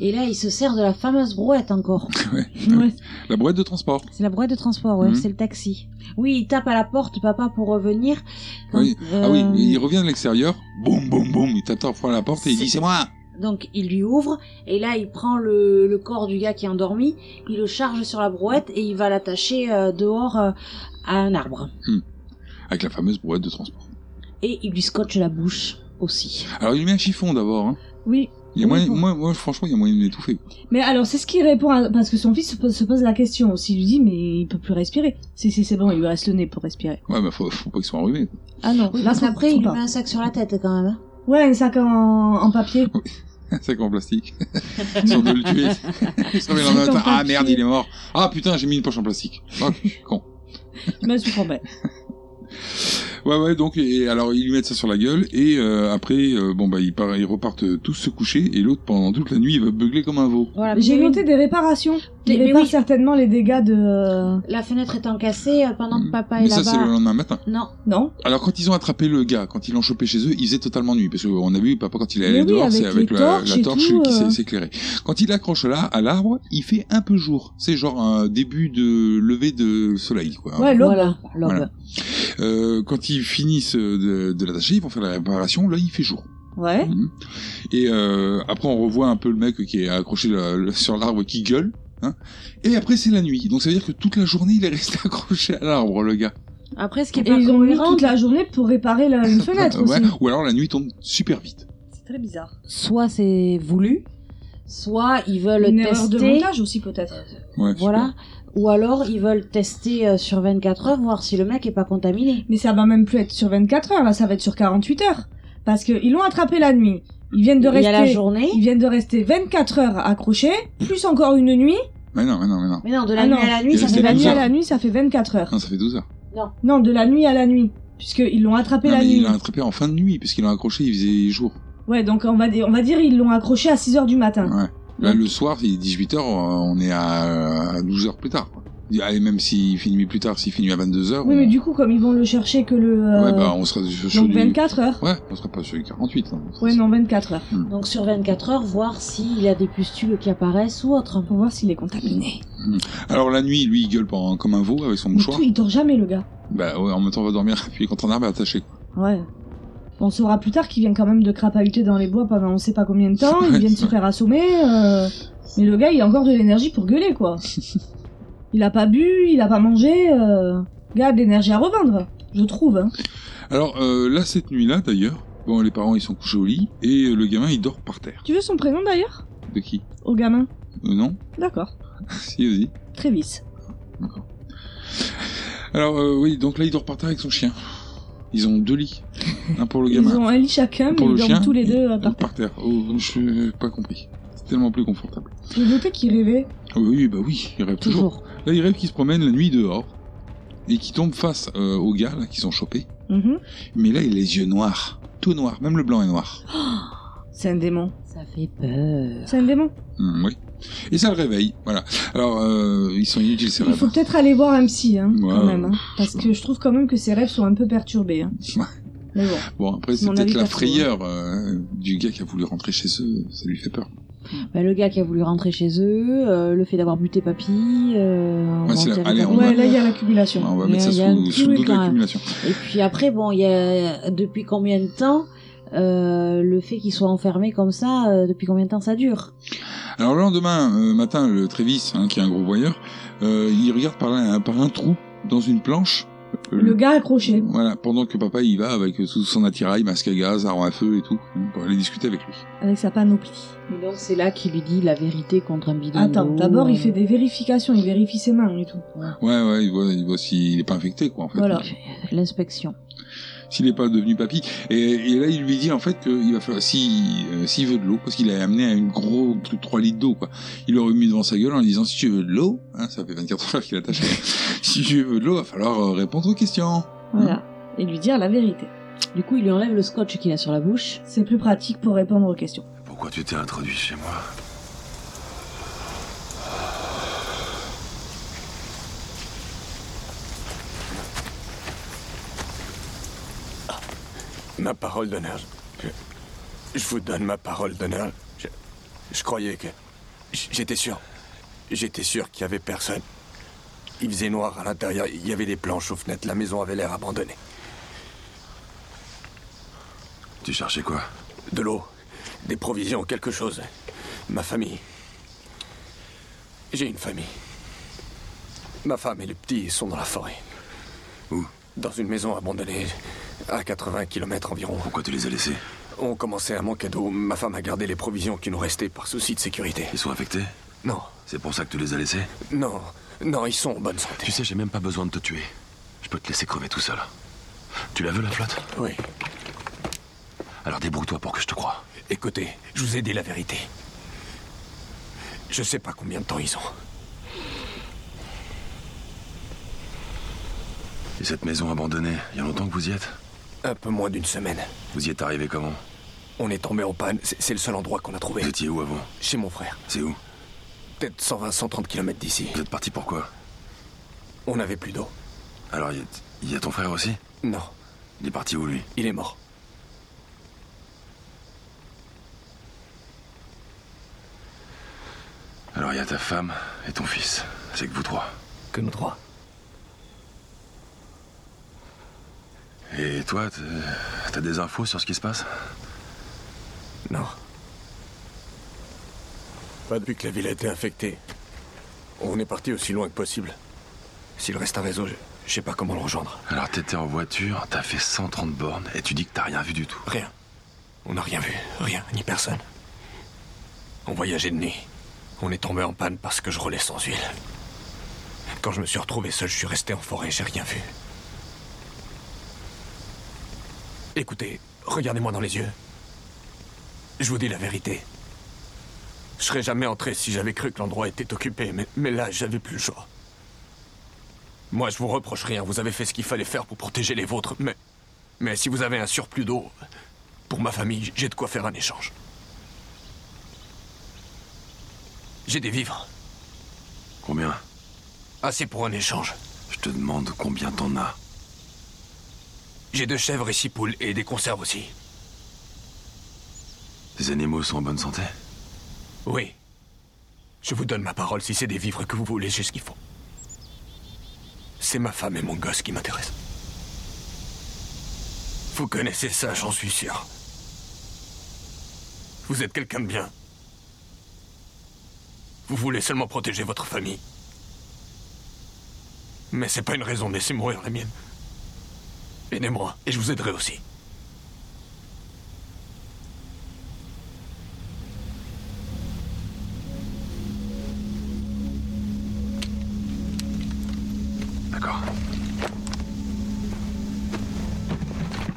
S8: Et là il se sert de la fameuse brouette encore.
S6: Ouais.
S3: La boîte de transport.
S8: C'est la brouette de transport, ouais,
S3: Mhm.
S8: c'est le taxi. Oui, il tape à la porte papa pour revenir. Quand-
S3: Oui. Ah
S8: euh,
S3: oui, il revient de l'extérieur. Boum, boum, boum. Il tape trois fois à la porte et il
S8: C'est-
S3: dit c'est moi.
S8: Donc il lui ouvre et là il prend le, le corps du gars qui est endormi, il le charge sur la brouette et il va l'attacher euh, dehors euh, à un arbre.
S3: Avec la fameuse boîte de transport.
S8: Et il lui scotche la bouche aussi.
S3: Alors il met un chiffon d'abord. Hein.
S6: Oui.
S3: Il y a
S6: Oui,
S3: moyen,
S6: bon.
S3: moi, moi, franchement, il y a moyen de m'étouffer.
S6: Mais alors, c'est ce qu'il répond, à- parce que son fils se pose, se pose la question aussi. Il lui dit, mais il peut plus respirer. Si, si, c'est bon, il lui reste le nez pour respirer.
S3: Ouais, mais faut, faut pas qu'il soit (laughs) enrhumé.
S6: Ah non,
S8: Oui,
S6: là,
S8: parce
S6: faut-
S8: qu'après
S6: faut
S8: il lui
S6: pas.
S8: met un sac sur la tête quand même. hein.
S6: Ouais, un sac en, en papier.
S3: Un sac en plastique. Sans de le
S8: (laughs)
S3: tuer. Ça, mais dans le
S6: Sac en
S3: matin, Ah
S6: papier.
S3: merde, il est mort. Ah putain, j'ai mis une poche en plastique. Ah, con.
S6: Mais je comprends pas.
S3: Ouais, ouais, donc, et alors, ils lui mettent ça sur la gueule, et euh, après, euh, bon, bah, ils, par- ils repartent tous se coucher, et l'autre, pendant toute la nuit, il va beugler comme un veau.
S8: Voilà,
S6: J'ai
S8: mais oui,
S6: noté des réparations. Il
S8: Mais- mais
S6: répare
S8: oui.
S6: certainement les dégâts de. euh,
S8: La fenêtre étant cassée, euh, pendant que papa
S3: Hmm. Mais
S8: est
S3: ça, c'est le
S8: là-bas.
S3: lendemain matin.
S8: Non,
S6: Non
S3: Alors, quand ils ont attrapé le gars, quand ils l'ont chopé chez eux, il faisait totalement nuit. Parce qu'on a vu, papa, quand il est allé
S6: Mais oui,
S3: dehors,
S6: avec
S3: c'est avec
S6: les
S3: la,
S6: torches
S3: la
S6: et
S3: torche
S6: tout,
S3: qui s'est-
S6: euh.
S3: s'éclairée. Quand il accroche là, à l'arbre, il fait un peu jour. C'est genre un début de lever de soleil, quoi.
S6: Ouais, l'aube.
S8: voilà, l'aube.
S3: Voilà. Euh, quand ils finissent de, de l'attacher, ils vont faire la réparation, là, il fait jour.
S6: Ouais.
S3: Mhm. Et euh, après, on revoit un peu le mec qui est accroché la- le- sur l'arbre qui gueule. hein. Et après, c'est la nuit. Donc, ça veut dire que toute la journée, il est resté (laughs) accroché à l'arbre, le gars.
S8: Après, ce qui est
S6: Et
S8: pas
S6: ils ont mis
S8: cohérent,
S6: toute la journée pour réparer la une fenêtre
S3: (laughs) Hein, Ouais.
S6: aussi.
S3: Ou alors, la nuit tombe super vite.
S6: C'est très bizarre.
S4: Soit c'est voulu.
S8: soit ils veulent
S6: Une erreur de
S8: tester,
S6: montage aussi peut-être.
S3: Ouais, super.
S8: voilà, ou alors ils veulent tester euh, sur 24 heures, voir si le mec est pas contaminé.
S6: Mais ça va même plus être sur 24 heures, là ça va être sur 48 heures. Parce qu'ils l'ont attrapé la nuit. Ils viennent de
S8: Il y a la
S6: rester.
S8: journée.
S6: Ils viennent de rester 24 heures accrochés, plus encore une nuit.
S3: Mais non, mais non, mais non.
S8: Mais non, de la
S6: Ah
S8: nuit
S6: non.
S8: à la nuit,
S3: Il
S8: ça
S3: reste
S6: De
S3: des
S8: fait
S6: la nuit
S3: douze
S6: à
S3: heures.
S6: la nuit, ça fait 24 heures.
S3: Non, ça fait 12 heures.
S6: Non, de la nuit à la nuit. Puisqu'ils l'ont attrapé
S3: Non,
S6: la
S3: mais
S6: nuit.
S3: il l'a attrapé en fin de nuit, parce qu'il l'a accroché, il faisait jour.
S6: Ouais, donc on va, dire- on va dire ils l'ont accroché à 6 heures du matin.
S3: Ouais. Là,
S6: Donc-
S3: le soir, il est 18h, on est à à 12 heures plus tard. quoi. Et même s'il finit plus tard, s'il finit à 22h,
S6: Oui, mais du coup, comme ils vont le chercher que le. euh,
S3: ouais, bah, on sera sur sur
S6: donc
S3: du-
S6: 24 heures.
S3: Ouais, on sera pas sur du 48. hein.
S6: Ouais, non, 24 heures.
S8: Donc sur 24 heures, voir s'il a des pustules qui apparaissent ou autre.
S6: Pour voir s'il est contaminé.
S3: Alors la nuit, lui, il gueule pendant- comme un veau avec son
S6: Mais
S3: mouchoir.
S6: tout, il dort jamais, le gars.
S3: Bah ouais, en même temps, on va dormir (laughs) puis contre un arbre attaché. quoi.
S6: Ouais. On saura plus tard qu'il vient quand même de crapahuter dans les bois pendant on sait pas combien de temps, il vient de se faire assommer, euh, mais le gars il a encore de l'énergie pour gueuler (laughs) quoi. Il a pas bu, il a pas mangé, euh... gars a de l'énergie à revendre, je trouve. Hein.
S3: Alors euh, là, cette nuit-là, d'ailleurs, bon, les parents, ils sont couchés au lit et euh, le gamin, il dort par terre.
S6: Tu veux son prénom d'ailleurs
S3: De qui
S6: Au gamin
S3: Euh, Non (laughs)
S6: D'accord.
S3: Si, vas-y.
S6: Trévis.
S3: Alors euh, oui, donc là, il dort par terre avec son chien. Ils ont deux lits, un pour le
S6: Ils
S3: gamin.
S6: ont un lit chacun, mais
S3: pour
S6: ils
S3: le
S6: dorment
S3: chien,
S6: tous les
S3: il-
S6: deux euh,
S3: il
S6: par
S3: dort par terre. Oh, je n'ai pas compris. C'est tellement plus confortable.
S6: J'ai noté qu'il rêvait.
S3: Ah Oui, bah oui, il rêve toujours.
S8: Toujours.
S3: Là, il rêve qu'il se promène la nuit dehors et qu'il tombe face euh, aux gars là, qui sont chopés.
S6: Mhm.
S3: Mais là, il a les yeux noirs. Tout noir, même le blanc est noir.
S6: C'est un démon.
S8: Ça fait peur.
S6: C'est un démon.
S3: Hmm, oui. Et ça le réveille, voilà. Alors, euh, ils sont inutiles ces
S6: Il
S3: rêves.
S6: faut peut-être aller voir un psy, hein, quand
S3: Ouais,
S6: même. hein, parce que je trouve quand même que ses rêves sont un peu perturbés. Hein.
S3: Ouais.
S6: Mais bon.
S3: Bon, après, c'est
S6: Mon
S3: peut-être
S6: avis
S3: la
S6: perso,
S3: frayeur euh, du gars qui a voulu rentrer chez eux. Ça lui fait peur.
S8: Bah, le gars qui a voulu rentrer chez eux, euh, le fait d'avoir buté papy. Euh,
S3: Ouais, c'est la-
S8: mentir
S3: allez,
S8: les
S3: on
S8: parents.
S3: va-
S6: Ouais, là, il y a l'accumulation. hein.
S3: on va
S8: il y a-
S3: mettre ça
S8: il y a un
S3: sous,
S8: petit
S3: sous le
S8: oui,
S3: dos de
S8: quand même.
S3: l'accumulation.
S8: Et puis après, bon, il y a depuis combien de temps euh, le fait qu'il soit enfermé comme ça, euh, depuis combien de temps ça dure
S3: Alors, le lendemain euh, matin, le Trévis, hein, qui est un gros voyeur, euh, il regarde par un, par un trou dans une planche. euh,
S6: Le gars accroché.
S3: Voilà, pendant que papa y va avec euh, sous son attirail, masque à gaz, arme à feu et tout, hein, pour aller discuter avec lui.
S6: Avec sa panoplie.
S8: Et donc c'est là qu'il lui dit la vérité contre un bidon.
S6: Attends,
S8: d'eau,
S6: d'abord, il
S8: euh,
S6: fait des vérifications, il vérifie ses mains et tout.
S3: Ouais, ouais, il voit, il voit s'il est pas infecté, quoi, en fait.
S6: Voilà.
S8: l'inspection.
S3: s'il n'est pas devenu papy. Et, et là, il lui dit en fait qu'il va falloir, si, euh, s'il veut de l'eau, parce qu'il a amené à une gros truc 3 litres d'eau, quoi. Il l'aurait mis devant sa gueule en lui disant si tu veux de l'eau, hein, ça fait 24 heures qu'il est attaché, (laughs) si tu veux de l'eau, va falloir euh, répondre aux questions.
S6: Voilà. Et lui dire la vérité.
S8: Du coup, il lui enlève le scotch qu'il a sur la bouche.
S6: C'est plus pratique pour répondre aux questions.
S5: Pourquoi tu t'es introduit chez moi
S9: Ah, Ma parole d'honneur. Je, je vous donne ma parole d'honneur. Je, je croyais que. j- J'étais sûr. J'étais sûr qu'il y avait personne. Il faisait noir à l'intérieur. Il y avait des planches aux fenêtres. La maison avait l'air abandonnée.
S5: Tu cherchais quoi
S9: De l'eau, des provisions, quelque chose. Ma famille. J'ai une famille. Ma femme et le petit sont dans la forêt.
S5: Où
S9: Dans une maison abandonnée, à 80 km environ.
S5: Pourquoi tu les as laissés
S9: On commençait à manquer d'eau. Ma femme a gardé les provisions qui nous restaient par souci de sécurité.
S5: Ils sont infectés
S9: Non,
S5: C'est pour ça que tu les as laissés
S9: non, non, ils sont en bonne santé.
S5: Tu sais, j'ai même pas besoin de te tuer. Je peux te laisser crever tout seul. Tu la veux, la flotte
S9: Oui.
S5: Alors débrouille-toi pour que je te croie.
S9: Écoutez, je vous ai dit la vérité. Je sais pas combien de temps ils ont.
S5: Et cette maison abandonnée, il y a longtemps que vous y êtes
S9: Un peu moins d'une semaine.
S5: Vous y êtes arrivé comment
S9: On est tombé en panne. C'est c'est le seul endroit qu'on a trouvé.
S5: Vous étiez où avant
S9: Chez mon frère.
S5: C'est où
S9: Peut-être 120, 130 km d'ici.
S5: Vous êtes parti pourquoi
S9: On n'avait plus d'eau.
S5: Alors, il y, a- il y a ton frère aussi
S9: Non,
S5: Il est parti où, lui
S9: il est mort.
S5: Alors, il y a ta femme et ton fils. C'est que vous trois.
S9: Que nous trois.
S5: Et toi, t'es- t'as des infos sur ce qui se passe
S9: Non. Pas depuis que la ville a été infectée. On est parti aussi loin que possible. S'il reste un réseau, je, je sais pas comment le rejoindre.
S5: Alors, t'étais en voiture, t'as fait 130 bornes et tu dis que t'as rien vu du tout.
S9: Rien. On n'a rien vu, rien, ni personne. On voyageait de nuit. On est tombé en panne parce que je roulais sans huile. Quand je me suis retrouvé seul, je suis resté en forêt, j'ai rien vu. Écoutez, regardez-moi dans les yeux. Je vous dis la vérité. Je serais jamais entré si j'avais cru que l'endroit était occupé, mais, mais là, j'avais plus le choix. Moi, je vous reproche rien, vous avez fait ce qu'il fallait faire pour protéger les vôtres, mais. Mais si vous avez un surplus d'eau, pour ma famille, j'ai de quoi faire un échange. J'ai des vivres.
S5: Combien
S9: Assez pour un échange.
S5: Je te demande combien t'en as.
S9: J'ai deux chèvres et six poules et des conserves aussi.
S5: Tes animaux sont en bonne santé
S9: Oui. Je vous donne ma parole, si c'est des vivres que vous voulez, j'ai ce qu'il faut. C'est ma femme et mon gosse qui m'intéressent. Vous connaissez ça, j'en suis sûr. Vous êtes quelqu'un de bien. Vous voulez seulement protéger votre famille. Mais c'est pas une raison de laisser mourir la mienne. Aidez-moi, et je vous aiderai aussi.
S5: D'accord.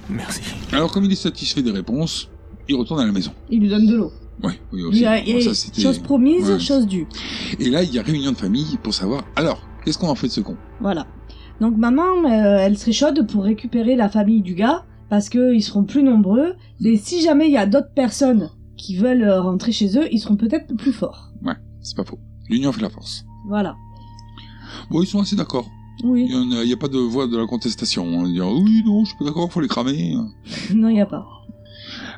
S9: Merci.
S3: Alors, comme il est satisfait des réponses, il retourne à la maison.
S6: Il lui donne de l'eau.
S3: Ouais, oui,
S6: Il
S3: aussi.
S6: y a-
S3: Bon, ça,
S6: et-
S3: c'était-
S6: chose promise,
S3: Ouais.
S6: chose due.
S3: Et là, il y a réunion de famille pour savoir, alors, qu'est-ce qu'on en fait de ce con
S6: Voilà. Donc maman, euh, elle serait chaude pour récupérer la famille du gars parce qu'ils seront plus nombreux. Et si jamais il y a d'autres personnes qui veulent euh, rentrer chez eux, ils seront peut-être plus forts.
S3: C'est pas faux. L'union fait la force.
S6: Voilà.
S3: Bon, ils sont assez d'accord. Il
S6: Oui.
S3: (laughs) y en a- il n'y a, pas de voix de la contestation. On va dire, oui, non, je suis pas d'accord, faut les cramer. hein.
S6: Non, il n'y a pas.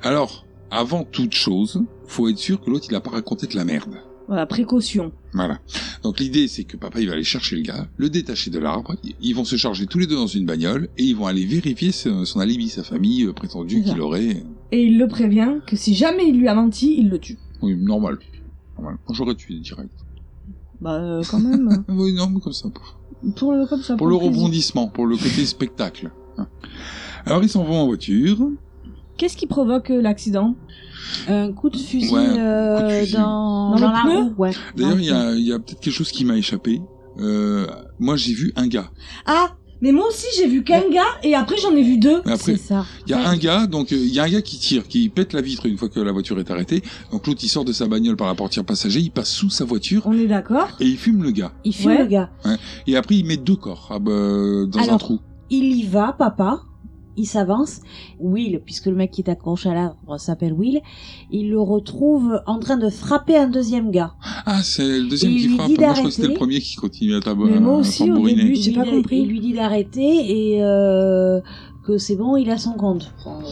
S3: Alors, avant toute chose, faut être sûr que l'autre, il a pas raconté de la merde.
S6: Voilà, précaution.
S3: Voilà. Donc l'idée, c'est que papa, il va aller chercher le gars, le détacher de l'arbre, ils vont se charger tous les deux dans une bagnole, et ils vont aller vérifier son, son alibi, sa famille euh, prétendue
S6: C'est ça.
S3: qu'il aurait...
S6: Et il le prévient que si jamais il lui a menti, il le tue.
S3: Oui, normal. Normal. Moi, J'aurais tué direct.
S6: Bah euh, quand
S8: (laughs)
S6: même.
S3: Oui, non, mais comme ça. Pour,
S6: pour le comme ça.
S3: pour le
S6: plaisir.
S3: rebondissement, pour le côté spectacle. Hein. Alors ils s'en vont en voiture.
S6: Qu'est-ce qui provoque euh, l'accident
S8: Un coup de fusil,
S3: Ouais, un
S8: euh,
S3: coup de fusil.
S8: dans,
S6: Dans le
S8: dans la
S6: pneu
S8: roue, ouais. Dans
S6: Ah,
S3: D'ailleurs,
S8: le
S3: il y a, il y a peut-être quelque chose qui m'a échappé. Euh, moi, j'ai vu un gars.
S6: Ah, mais moi aussi j'ai vu qu'un gars et après j'en ai vu deux.
S3: Mais
S8: C'est
S3: après,
S8: ça.
S3: il y a un gars, donc euh, il y a un gars qui tire, qui pète la vitre une fois que la voiture est arrêtée. Donc l'autre, il sort de sa bagnole par la portière passager, il passe sous sa voiture
S6: On est d'accord
S3: et il fume le gars.
S8: Il fume
S6: Ouais.
S8: le gars.
S3: Et après, il met deux corps ah, bah, dans un
S8: Alors,
S3: trou.
S8: Il y va, papa. Il s'avance. Will, puisque le mec qui est accroché à l'arbre s'appelle Will, il le retrouve en train de frapper un deuxième gars.
S3: Ah, c'est le deuxième
S8: il
S3: qui
S8: lui
S3: frappe.
S8: dit
S3: Moi, je crois que c'était
S8: d'arrêter.
S3: le premier qui continue à tab-
S6: Mais moi
S3: à
S6: aussi, au
S3: tambouriner.
S6: début, J'ai
S8: Il
S6: pas
S8: lui-
S6: compris.
S8: Il lui dit d'arrêter et euh, que c'est bon, il a son compte. En gros.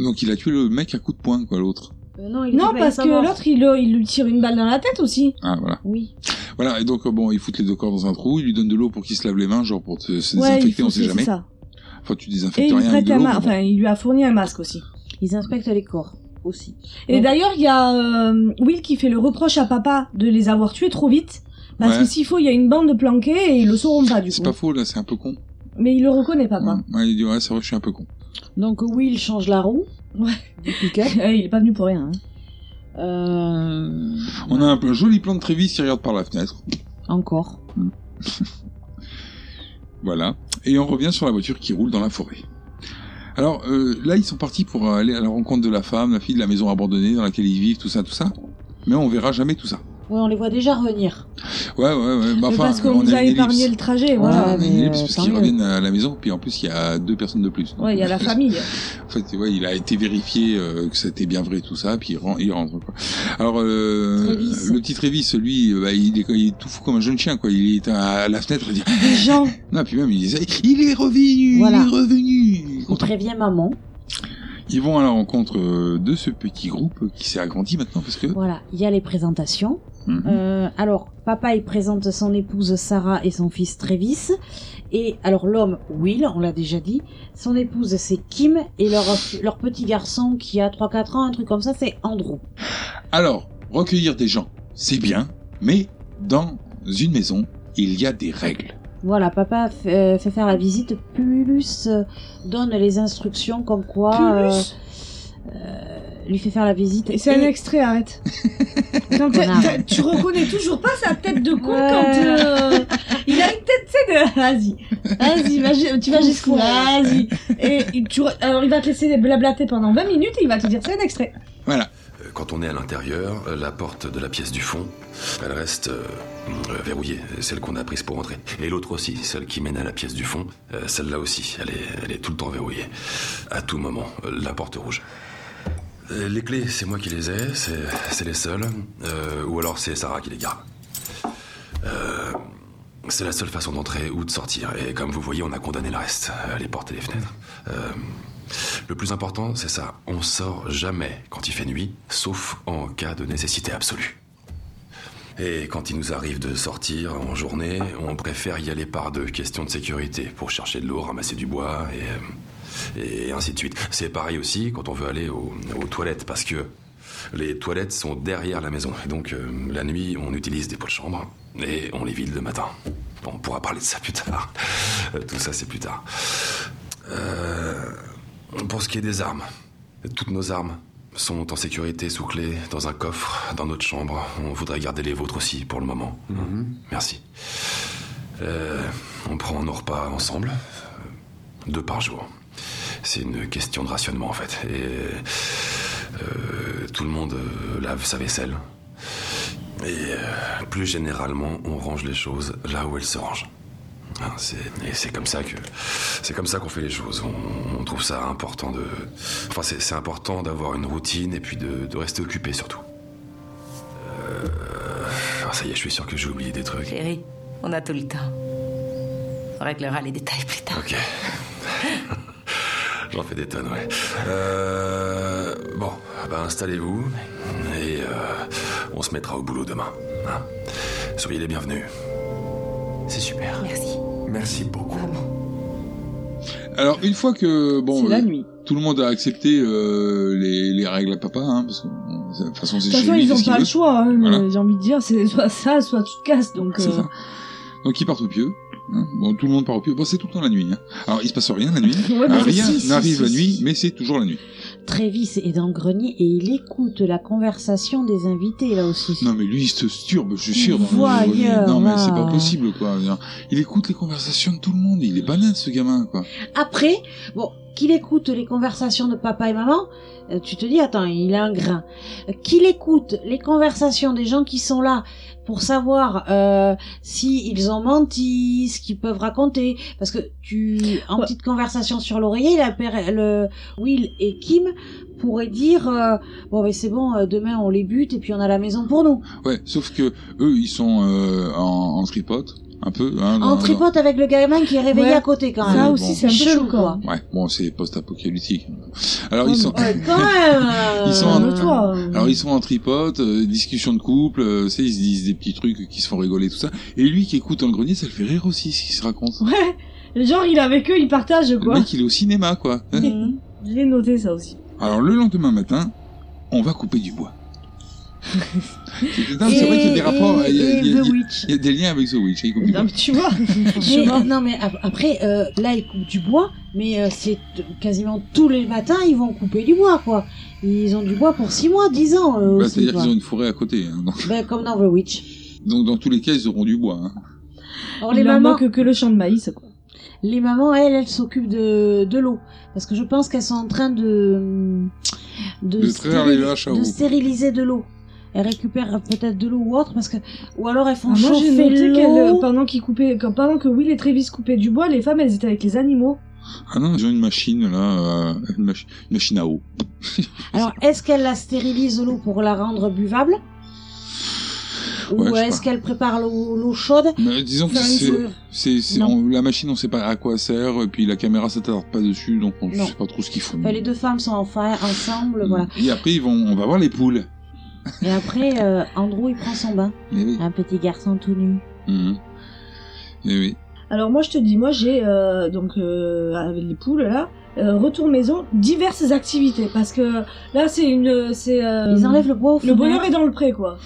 S3: Donc il a tué le mec à coup de poing, quoi, l'autre.
S8: Euh, non, il
S6: Non,
S8: était pas- il
S6: parce
S8: est pas
S6: que
S8: mort.
S6: l'autre, il, il lui tire une balle dans la tête aussi.
S3: Ah, voilà.
S8: Oui.
S3: Voilà, et donc, euh, bon, il fout les deux corps dans un trou, il lui donne de l'eau pour qu'il se lave les mains, genre pour te- se
S6: il
S3: désinfecter,
S6: faut-
S3: on sait
S6: c'est
S3: jamais.
S6: ça.
S3: Enfin, tu
S6: Et
S3: désinfectes
S6: il, lui
S3: rien avec
S6: prête
S3: de
S6: un
S3: l'eau.
S6: ma-
S3: mais bon.
S6: enfin, il lui a fourni un masque aussi.
S8: Ils inspectent les corps aussi.
S6: Et
S8: Ouais.
S6: d'ailleurs, il y a euh, Will qui fait le reproche à papa de les avoir tués trop vite. Parce
S3: Ouais.
S6: que s'il faut, il y a une bande planquée et ils le sauront pas du
S3: C'est
S6: coup. Ah bah.
S3: pas Mm. faux, là, c'est un peu con.
S6: Mais il le reconnaît, papa.
S3: Ouais, Ouais, il dit, ouais, c'est vrai, je suis un peu con.
S8: Donc Will change la roue.
S6: Ouais.
S8: Du pick-up.
S6: Eh, il est pas venu pour rien. hein.
S8: Euh,
S3: On a un peu- joli plan de Trévis qui regarde par la fenêtre.
S8: Encore.
S3: Voilà. Et on revient sur la voiture qui roule dans la forêt. Alors, euh, là, ils sont partis pour aller à la rencontre de la femme, la fille de la maison abandonnée dans laquelle ils vivent, tout ça, tout ça. Mais on verra jamais tout ça.
S8: Ouais, on les voit déjà revenir.
S3: Ouais, ouais, ouais. Bah,
S6: Mais
S3: enfin,
S6: parce qu'on
S3: on
S6: nous a
S3: une
S6: épargné
S3: ellipse.
S6: le trajet,
S3: Ah,
S6: voilà.
S3: on a une
S6: mais,
S3: ellipse
S6: euh,
S3: parce
S6: tant
S3: qu'ils
S6: mieux.
S3: reviennent à la maison, puis en plus, il y a deux personnes de plus. Donc,
S6: Ouais, il y a la
S3: (laughs)
S6: famille.
S3: En fait, ouais, il a été vérifié euh, que c'était bien vrai tout ça, puis il, ren- il rentre. Quoi. Alors, euh,
S8: Trévis.
S3: le petit Trévis, lui, euh, bah, il, est, il est tout fou comme un jeune chien, quoi. Il est à la fenêtre, il dit, Ah,
S6: Les gens,
S3: (laughs) non, puis même il disait, il est revenu, il
S8: Voilà.
S3: est revenu.
S8: On prévient maman.
S3: Ils vont à la rencontre euh, de ce petit groupe qui s'est agrandi maintenant parce que.
S6: Euh.
S8: Voilà, il y a les présentations.
S3: Mhm.
S8: Euh, alors, papa, il présente son épouse Sarah et son fils Travis. Et alors, l'homme, Will, on l'a déjà dit. Son épouse, c'est Kim. Et leur, leur petit garçon qui a 3-4 ans, un truc comme ça, c'est Andrew.
S3: Alors, recueillir des gens, c'est bien, mais dans une maison, il y a des règles.
S8: Voilà, papa fait, euh, fait faire la visite. Pulus euh, donne les instructions comme quoi... euh, euh, lui fait faire la visite.
S6: c'est un
S8: Et-
S6: extrait,
S3: (laughs)
S6: arrête. Non, t'as-
S8: Connard.
S6: t'as- tu reconnais toujours pas sa tête de con
S8: Ouais.
S6: quand euh, il a une tête, tu sais, de vas-y, vas-y, vas ju- tu vas jusqu'où, vas-y. Et il- tu re- alors il va te laisser blablater pendant 20 minutes et il va te dire c'est un extrait.
S5: Euh, Quand on est à l'intérieur, euh, la porte de la pièce du fond, elle reste euh, euh, verrouillée, celle qu'on a prise pour entrer. Et l'autre aussi, celle qui mène à la pièce du fond, euh, celle-là aussi, elle est, elle est tout le temps verrouillée. À tout moment, euh, la porte rouge. Euh, Les clés, c'est moi qui les ai, c'est c'est les seules, euh, ou alors c'est Sarah qui les garde. Euh, c'est la seule façon d'entrer ou de sortir, et comme vous voyez, on a condamné le reste, euh, les portes et les fenêtres. Euh, le plus important, c'est ça. On sort jamais quand il fait nuit, sauf en cas de nécessité absolue. Et quand il nous arrive de sortir en journée, on préfère y aller par deux, question de sécurité, pour chercher de l'eau, ramasser du bois et, euh, et ainsi de suite. C'est pareil aussi quand on veut aller au- aux toilettes, parce que les toilettes sont derrière la maison. Et donc euh, la nuit, on utilise des pots de chambre et on les vide le matin. Bon, on pourra parler de ça plus tard. Tout ça, c'est plus tard. Euh, pour ce qui est des armes, toutes nos armes sont en sécurité sous clé, dans un coffre, dans notre chambre. On voudrait garder les vôtres aussi pour le moment. Merci. Euh, on prend nos repas ensemble, euh, deux par jour. C'est une question de rationnement en fait. Et euh, tout le monde euh, lave sa vaisselle. Et euh, plus généralement, on range les choses là où elles se rangent. Hein, c'est- Et c'est comme ça que c'est comme ça qu'on fait les choses. On, on trouve ça important de. Enfin, c'est c'est important d'avoir une routine et puis de, de rester occupé surtout. Euh, ah, ça y est, je suis sûr que j'ai oublié des trucs.
S10: Chérie, on a tout le temps. On réglera les détails plus tard.
S5: Ok. (laughs) J'en fais des tonnes, ouais. Euh, bon, ben installez-vous et euh, on se mettra au boulot demain. hein. Soyez les bienvenus. C'est super.
S10: Merci.
S5: Merci beaucoup.
S3: Alors, une fois que bon,
S6: c'est la
S3: euh,
S6: nuit.
S3: tout le monde a accepté euh, les, les règles à papa, hein, parce que bon, de toute façon, c'est
S6: De toute
S3: chez
S6: façon,
S3: lui,
S6: ils
S3: qu'est-ce
S6: ont
S3: qu'il
S6: pas
S3: veut
S6: le choix, hein,
S3: Voilà.
S6: euh, j'ai envie de dire, c'est soit ça, soit tu te casses, donc...
S3: C'est
S6: euh,
S3: ça. Donc ils partent au pieu. hein. Bon, tout le monde part au pieu. Bon, c'est tout le temps la nuit. hein. Alors, il se passe rien la nuit.
S6: Ouais,
S3: Ah,
S6: parce que
S3: rien
S6: si, si,
S3: n'arrive
S6: si,
S3: la
S6: si.
S3: nuit, mais c'est toujours la nuit.
S8: Trévis est dans le grenier et il écoute la conversation des invités là aussi.
S3: Non, mais lui, il se sturbe, je suis sûr.
S8: Il
S3: dans le-
S8: voit ailleurs,
S3: non, mais
S8: là.
S3: c'est pas possible, quoi. Il écoute les conversations de tout le monde. Il est banal, ce gamin, quoi.
S8: Après, bon, qu'il écoute les conversations de papa et maman, euh, tu te dis, attends, il a un grain. Euh, Qu'il écoute les conversations des gens qui sont là pour savoir euh, si ils ont menti, ce qu'ils peuvent raconter, parce que tu, en
S6: Ouais.
S8: petite conversation sur l'oreiller, la paire- le Will et Kim pourraient dire, euh, bon, mais c'est bon, euh, demain on les bute et puis on a la maison pour nous.
S3: Ouais, sauf que eux, ils sont euh, en, en tripote, un peu. Hein, dans-
S8: En tripote avec le gamin qui est réveillé
S6: Ouais.
S8: à côté quand
S6: Ça
S8: même.
S6: aussi,
S3: Ah bon.
S6: c'est un peu
S8: Chelou,
S6: chelou, quoi.
S8: quoi.
S3: dans- Ouais, bon, c'est post-apocalyptique. Alors, ils sont.
S8: Ouais, quand même. euh,
S3: Ils sont en-
S6: Calme-toi.
S3: Alors ils sont en tripote, euh, discussion de couple, euh, tu sais, ils se disent des petits trucs qui se font rigoler, tout ça. Et lui qui écoute dans le grenier, ça le fait rire aussi ce qu'il se raconte.
S6: Ouais, genre, il est avec eux, il partage,
S3: Le
S6: quoi.
S3: mec il est au cinéma
S8: (laughs)
S3: quoi. Hein
S6: Mhm. Je l'ai noté, ça aussi.
S3: Alors le lendemain matin, on va couper du
S8: (laughs)
S3: bois. Non,
S8: Et-
S3: c'est vrai qu'il y a des rapports,
S8: et-
S3: il y a-
S8: et
S3: il y a- il
S8: The
S3: y a-
S8: Witch.
S3: il y a des liens avec The Witch, hein, il coupe
S6: (laughs)
S3: du
S6: Non,
S3: bois.
S6: mais tu
S8: (laughs)
S6: vois,
S8: Mais, euh,
S6: chemin.
S8: non mais ap- après euh, là ils coupent du bois mais euh, c'est t- quasiment tous les matins ils vont couper du bois quoi. Ils ont du bois pour 6 mois, 10 ans euh,
S3: Bah,
S8: aussi,
S3: C'est-à-dire
S8: quoi.
S3: qu'ils ont une forêt à côté. hein. Donc,
S8: Ben, comme dans The Witch.
S3: donc, dans tous les cas, ils auront du bois. hein.
S8: Or
S6: Il
S8: Oh, les
S6: leur
S8: mamans,
S6: manque que le champ de maïs, quoi.
S8: les mamans elles elles s'occupent de, de l'eau parce que je pense qu'elles sont en train de de,
S3: De traire les vaches à
S8: de
S3: eau.
S8: stériliser de l'eau. elles récupèrent peut-être de l'eau ou autre parce que ou alors elles font
S6: Ah, moi j'ai
S8: chauffer
S6: noté qu'elle, euh,
S8: l'eau.
S6: pendant qu'ils coupaient, quand- pendant que Will et Travis coupaient du bois, les femmes elles étaient avec les animaux.
S3: Ah non, ils ont une machine là, euh, une, machi- une machine à eau.
S8: Alors est-ce qu'elle la stérilise l'eau pour la rendre buvable
S3: Ouais,
S8: ou
S3: je sais
S8: est-ce
S3: pas.
S8: qu'elle prépare l'eau l'eau chaude
S3: Mais disons que
S8: Faire une
S3: c'est,
S8: feu.
S3: c'est, c'est-
S8: Non.
S3: on- la machine, on sait pas à quoi elle sert, et puis la caméra s'attarde pas dessus, donc on
S8: Non.
S3: sait pas trop ce qu'ils font.
S8: Enfin, les deux femmes sont enfin ensemble, voilà.
S3: Et après, ils vont, on va voir les poules.
S6: Mm.
S8: Et après, euh, Andrew, il prend son bain.
S3: Eh oui.
S8: Un petit garçon tout nu.
S3: Mhm. Eh oui.
S6: Alors moi je te dis, moi j'ai euh, donc euh, avec les poules là, euh, retour maison, diverses activités parce que là c'est une, c'est euh,
S8: Ils enlèvent le bois aux
S6: le
S8: fenêtres.
S6: bonheur est dans le pré quoi.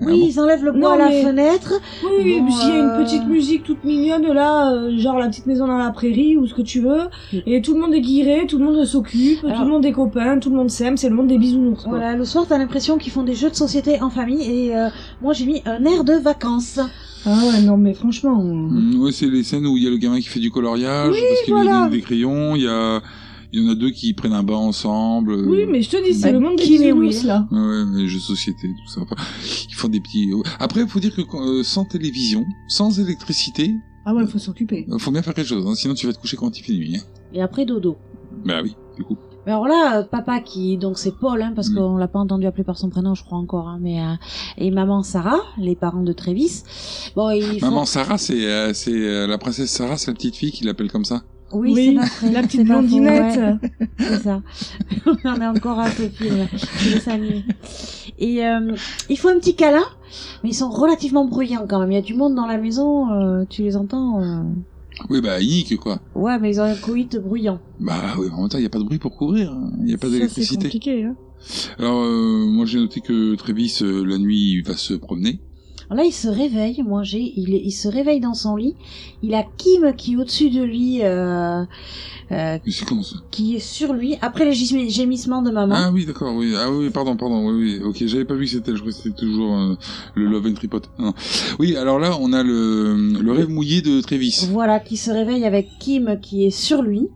S8: Oui, ils enlèvent le
S6: Non,
S8: bois à la
S6: mais-
S8: fenêtre.
S6: Oui, oui,
S8: Bon,
S6: s'il y a
S8: euh,
S6: une petite musique toute mignonne là, euh, genre la petite maison dans la prairie ou ce que tu veux, et tout le monde est guiré, tout le monde s'occupe, tout
S8: Alors-
S6: le monde est copain, tout le monde s'aime, c'est le monde des bisounours quoi.
S8: Voilà, le soir, t'as l'impression qu'ils font des jeux de société en famille. Et euh, moi, j'ai mis un air de vacances.
S6: Ah ouais, non mais franchement. euh,
S3: Mhm, ouais, c'est les scènes où il y a le gamin qui fait du coloriage, parce qu'il lui
S6: voilà.
S3: donne des crayons, il y a, il y en a deux qui prennent un bain ensemble. euh,
S6: Oui, mais je te dis, c'est
S8: Bah,
S6: le monde des
S8: Kim et
S6: bisounours
S8: Will.
S6: là.
S3: Ouais, ouais, les jeux de société, tout ça. Enfin, Ils font des petits. Après, il faut dire que quand- euh, sans télévision, sans électricité,
S6: Ah ouais, faut s'occuper.
S3: euh, faut bien faire quelque chose, hein, sinon tu vas te coucher quand il fait nuit. Hein.
S8: Et après, dodo.
S3: Bah oui, du coup.
S8: Mais alors là, euh, papa qui donc c'est Paul, hein, parce
S3: Mm.
S8: qu'on l'a pas entendu appeler par son prénom, je crois encore, hein, mais euh, et maman Sarah, les parents de Travis. Bon, ils font-
S3: Maman Sarah, c'est euh, c'est euh, la princesse Sarah, c'est la petite fille qui l'appelle comme ça.
S8: Oui,
S6: Oui,
S8: c'est pas vrai,
S6: La
S8: c'est
S6: petite
S8: pas faux,
S6: blondinette.
S8: ouais. C'est ça. (laughs) On en est encore à ce film. ce dessin animé. Et euh, il faut un petit câlin, mais ils sont relativement bruyants quand même. Il y a du monde dans la maison, euh, tu les entends. euh.
S3: Oui, bah Nick, quoi.
S8: Ouais, mais ils ont un coït bruyant.
S3: Bah oui, en même temps, il n'y a pas de bruit pour courir, hein. il n'y a pas
S6: Ça, c'est
S3: d'électricité.
S6: compliqué. Hein.
S3: Alors, euh, moi j'ai noté que Travis, euh, la nuit, il va se promener.
S8: Alors là, il se réveille. Moi, j'ai, il, est- il se réveille dans son lit. Il a Kim qui est au-dessus de lui, euh, euh,
S3: Mais c'est comment ça
S8: qui est sur lui après les gis- gémissements de maman.
S3: Ah oui, d'accord, oui. Ah oui, pardon, pardon, oui, oui. Ok, j'avais pas vu que c'était, je crois que c'était toujours euh, le Love and Tripod. Non. Oui, alors là, on a le, le rêve mouillé de Travis.
S8: Voilà, qui se réveille avec Kim qui est sur lui,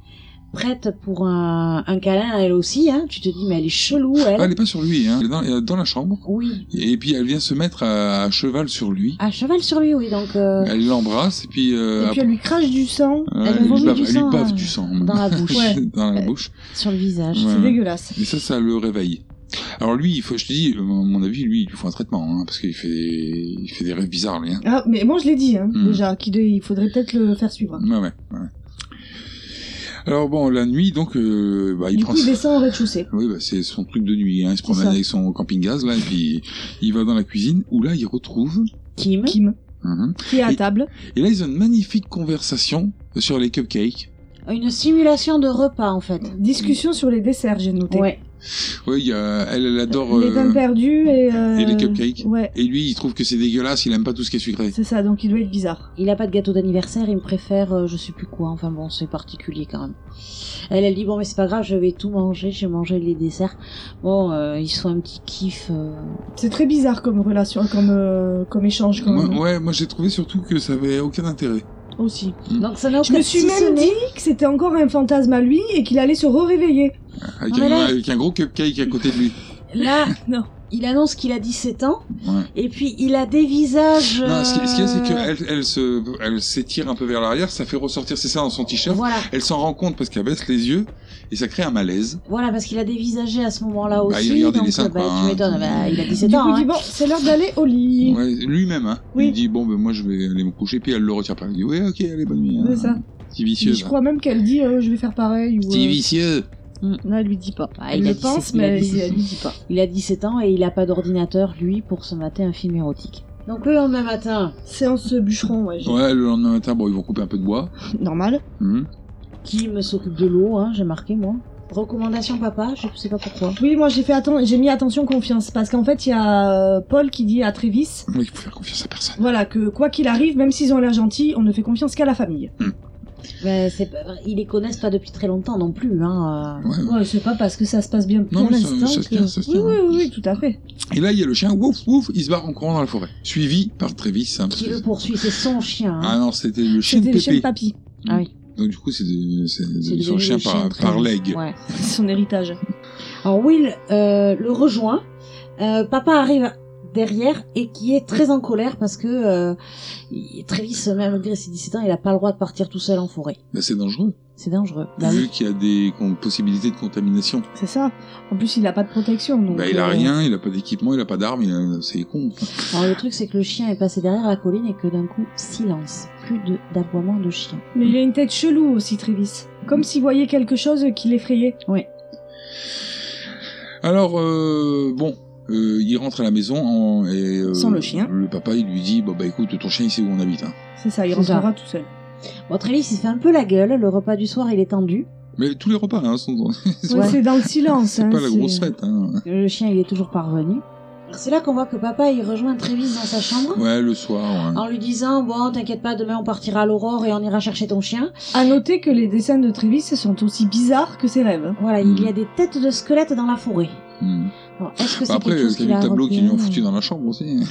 S8: prête pour un, un câlin elle aussi. Hein. Tu te dis, mais elle est chelou, elle.
S3: Ah, elle est pas sur lui, hein. Elle est dans, elle est dans la chambre.
S8: Oui,
S3: Et puis elle vient se mettre à, à cheval sur lui.
S8: à cheval sur lui, oui. Donc, euh,
S3: Elle l'embrasse et puis, euh,
S6: Et puis
S3: après-
S6: elle lui crache du sang.
S3: euh,
S8: elle
S3: lui
S8: vomit
S3: bave,
S8: du
S3: elle
S8: sang,
S3: lui bave
S8: euh,
S3: du sang
S8: dans la bouche,
S6: Ouais. Euh.
S3: dans la bouche.
S8: sur le visage.
S3: Ouais.
S6: C'est dégueulasse.
S3: Mais ça, ça le réveille. Alors lui, il faut, je te dis, euh, à mon avis, lui, il lui faut un traitement, hein, parce qu'il fait, il fait des rêves bizarres, lui. Hein.
S6: Ah, mais moi je l'ai dit hein,
S3: Hmm.
S6: déjà, qu'il de- il faudrait peut-être le faire suivre.
S3: Ouais, ouais, ouais. Alors bon, la nuit, donc, euh, bah, il
S6: du
S3: prend.
S6: coup, il descend au rez-de-chaussée.
S3: Oui, bah, c'est son truc de nuit. Hein. Il se promène
S6: ça.
S3: avec son camping-gaz, là, et puis il va dans la cuisine, où là, il retrouve.
S8: Kim,
S6: Kim,
S3: Mhm.
S6: qui est à
S3: Et-
S6: table.
S3: Et là, ils ont une magnifique conversation sur les cupcakes.
S8: une simulation de repas en fait.
S6: Discussion sur les desserts, j'ai noté.
S8: Ouais.
S3: Oui, il y a- elle, elle adore.
S6: Les
S3: euh,
S6: pains perdus et. euh,
S3: et les cupcakes.
S6: Ouais,
S3: et lui, il trouve que c'est dégueulasse, il aime pas tout ce qui est sucré.
S6: c'est ça, donc il doit être bizarre.
S8: Il a pas de gâteau d'anniversaire, il me préfère, euh, je sais plus quoi. Enfin bon, c'est particulier quand même. Elle, elle dit bon, mais c'est pas grave, je vais tout manger, j'ai mangé les desserts. Bon, euh, ils sont un petit kiff. euh.
S6: C'est très bizarre comme relation, comme, euh, comme échange quand
S3: Moi,
S6: même.
S3: ouais, moi j'ai trouvé surtout que ça avait aucun intérêt.
S6: Aussi.
S8: Donc ça n'a
S6: Je
S8: aucun
S6: me suis
S8: si ce
S6: même
S8: n'est-
S6: dit que c'était encore un fantasme à lui et qu'il allait se re-réveiller. Ah,
S3: Avec,
S8: Non, mais
S3: un,
S8: là-
S3: avec un gros cupcake à côté de lui.
S8: Là, (laughs)
S6: Non.
S8: il annonce qu'il a 17 ans,
S3: Ouais.
S8: et puis il a des visages.
S3: Non, ce qui- ce qu'il y a, c'est
S8: euh,
S3: qu'elle elle se, elle s'étire un peu vers l'arrière, ça fait ressortir ses seins dans son t-shirt.
S8: Voilà,
S3: Elle s'en rend compte parce qu'elle baisse les yeux et ça crée un malaise.
S8: voilà, parce qu'il a dévisagé à ce moment-là
S3: Bah, il
S8: aussi.
S3: regardait
S8: donc,
S3: les seins,
S8: euh, bah,
S3: quoi,
S8: tu
S3: hein.
S8: m'étonnes, bah, il a 17
S6: Du
S8: ans.
S6: coup, il
S8: hein.
S6: dit bon, c'est l'heure d'aller au lit.
S3: Ouais, lui-même, hein.
S6: Oui.
S3: Il dit bon, ben moi je vais aller me coucher, puis elle le retire pas. Elle dit ouais, ok, allez bonne nuit.
S6: C'est
S3: hein.
S6: ça.
S3: Petit
S6: Mais
S3: vicieux.
S6: je crois même qu'elle dit euh, je vais faire pareil. Ou, euh,
S3: Petit vicieux.
S6: Non, elle lui dit pas.
S8: Ah,
S6: elle
S8: il a
S6: le
S8: dit
S6: pense,
S8: c'est- il a
S6: mais
S8: dit
S6: il-
S8: c'est-
S6: elle lui dit pas.
S8: Il a 17 ans et il a pas d'ordinateur, lui, pour se mater un film érotique. Donc le lendemain matin,
S6: Séance bûcheron, ouais. j'ai-
S3: Ouais, le lendemain matin, bon, ils vont couper un peu de bois.
S6: Normal.
S3: Mhm.
S8: Kim s'occupe de l'eau, hein, j'ai marqué moi. Recommandation papa, je sais pas pourquoi.
S6: Oui, moi j'ai fait atten- j'ai mis attention confiance parce qu'en fait il y a euh, Paul qui dit à Trévis,
S3: Oui, il faut faire confiance à personne.
S6: voilà que quoi qu'il arrive, même s'ils ont l'air gentils, on ne fait confiance qu'à la famille.
S8: Mais Bah, c'est pas- ils les connaissent pas depuis très longtemps non plus. Hein. euh.
S3: Ouais, ouais.
S6: Ouais, c'est pas parce que ça se passe bien pour
S3: Non, mais ça-
S6: l'instant
S3: ça se
S6: que-
S3: tient, ça se
S6: oui,
S3: tient, hein.
S6: oui,
S3: ouais.
S6: oui, oui, tout à fait.
S3: Et là, il y a le chien, wouf, wouf, il se barre en courant dans la forêt. Suivi par Trévis. Hein, parce
S8: Qui
S3: que-
S8: le poursuit, c'est son chien. hein.
S3: Ah non, c'était le chien de
S6: C'était le chien de (laughs)
S3: Pépé.
S6: papy,
S8: Ah oui.
S3: Donc du coup, c'est de- c'est
S8: C'est devenu
S3: son chien
S8: le
S3: par,
S8: de
S3: par
S8: Travis.
S3: leg.
S8: Ouais.
S6: son héritage.
S8: Alors Will euh, le rejoint Euh, papa arrive derrière et qui est très en colère parce que euh, il- Travis, malgré ses 17 ans, il a pas le droit de partir tout seul en forêt.
S3: Bah, c'est dangereux,
S8: C'est dangereux. Bah
S3: vu
S8: oui.
S3: qu'il y a des con- possibilités de contamination.
S6: C'est ça. En plus, il a pas de protection. Donc,
S3: bah, il a
S6: euh,
S3: rien, il a pas d'équipement, il a pas d'armes, il a- c'est con. enfin.
S8: Alors le truc c'est que le chien est passé derrière la colline et que d'un coup silence, plus de d'aboiement de chien.
S6: Mais il a une tête chelou aussi, Trévis. Comme s'il voyait quelque chose qui l'effrayait.
S3: Alors, euh, bon, euh, il rentre à la maison en- et... euh,
S6: Sans le chien.
S3: Le papa, il lui dit, bah, bah écoute, ton chien, il sait où on habite. hein.
S6: C'est ça, il
S8: C'est ça.
S6: rentrera tout seul.
S8: Bon Travis il se fait un peu la gueule, le repas du soir il est tendu.
S3: Mais tous les repas hein, sont...
S6: Ouais,
S3: (laughs)
S6: C'est dans le silence.
S3: c'est
S6: hein,
S3: pas la
S6: c'est-
S3: grosse fête. Hein.
S8: Le chien il est toujours pas revenu. C'est là qu'on voit que papa il rejoint Travis dans sa chambre.
S3: Ouais, le soir, ouais.
S8: En lui disant, bon, t'inquiète pas, demain on partira à l'aurore et on ira chercher ton chien.
S6: À noter que les dessins de Trévis sont aussi bizarres que ses rêves. hein.
S8: Voilà,
S3: Mhm.
S8: il y a des têtes de squelettes dans la forêt.
S3: Hmm.
S8: Alors, est-ce
S3: Bah,
S8: que Ah, c'est
S3: après,
S8: quelque
S3: il
S8: chose
S3: y
S8: qu'il
S3: a
S8: a
S3: des tableaux qu'ils lui ont
S8: repéré
S3: foutu dans la chambre aussi.